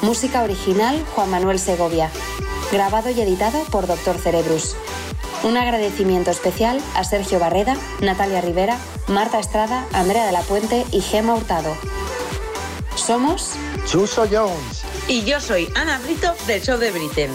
Música original Juan Manuel Segovia. Grabado y editado por Doctor Cerebrus. Un agradecimiento especial a Sergio Barreda, Natalia Rivera, Marta Estrada, Andrea de la Puente y Gema Hurtado. Somos Chuso Jones. Y yo soy Ana Brito del show de Britain.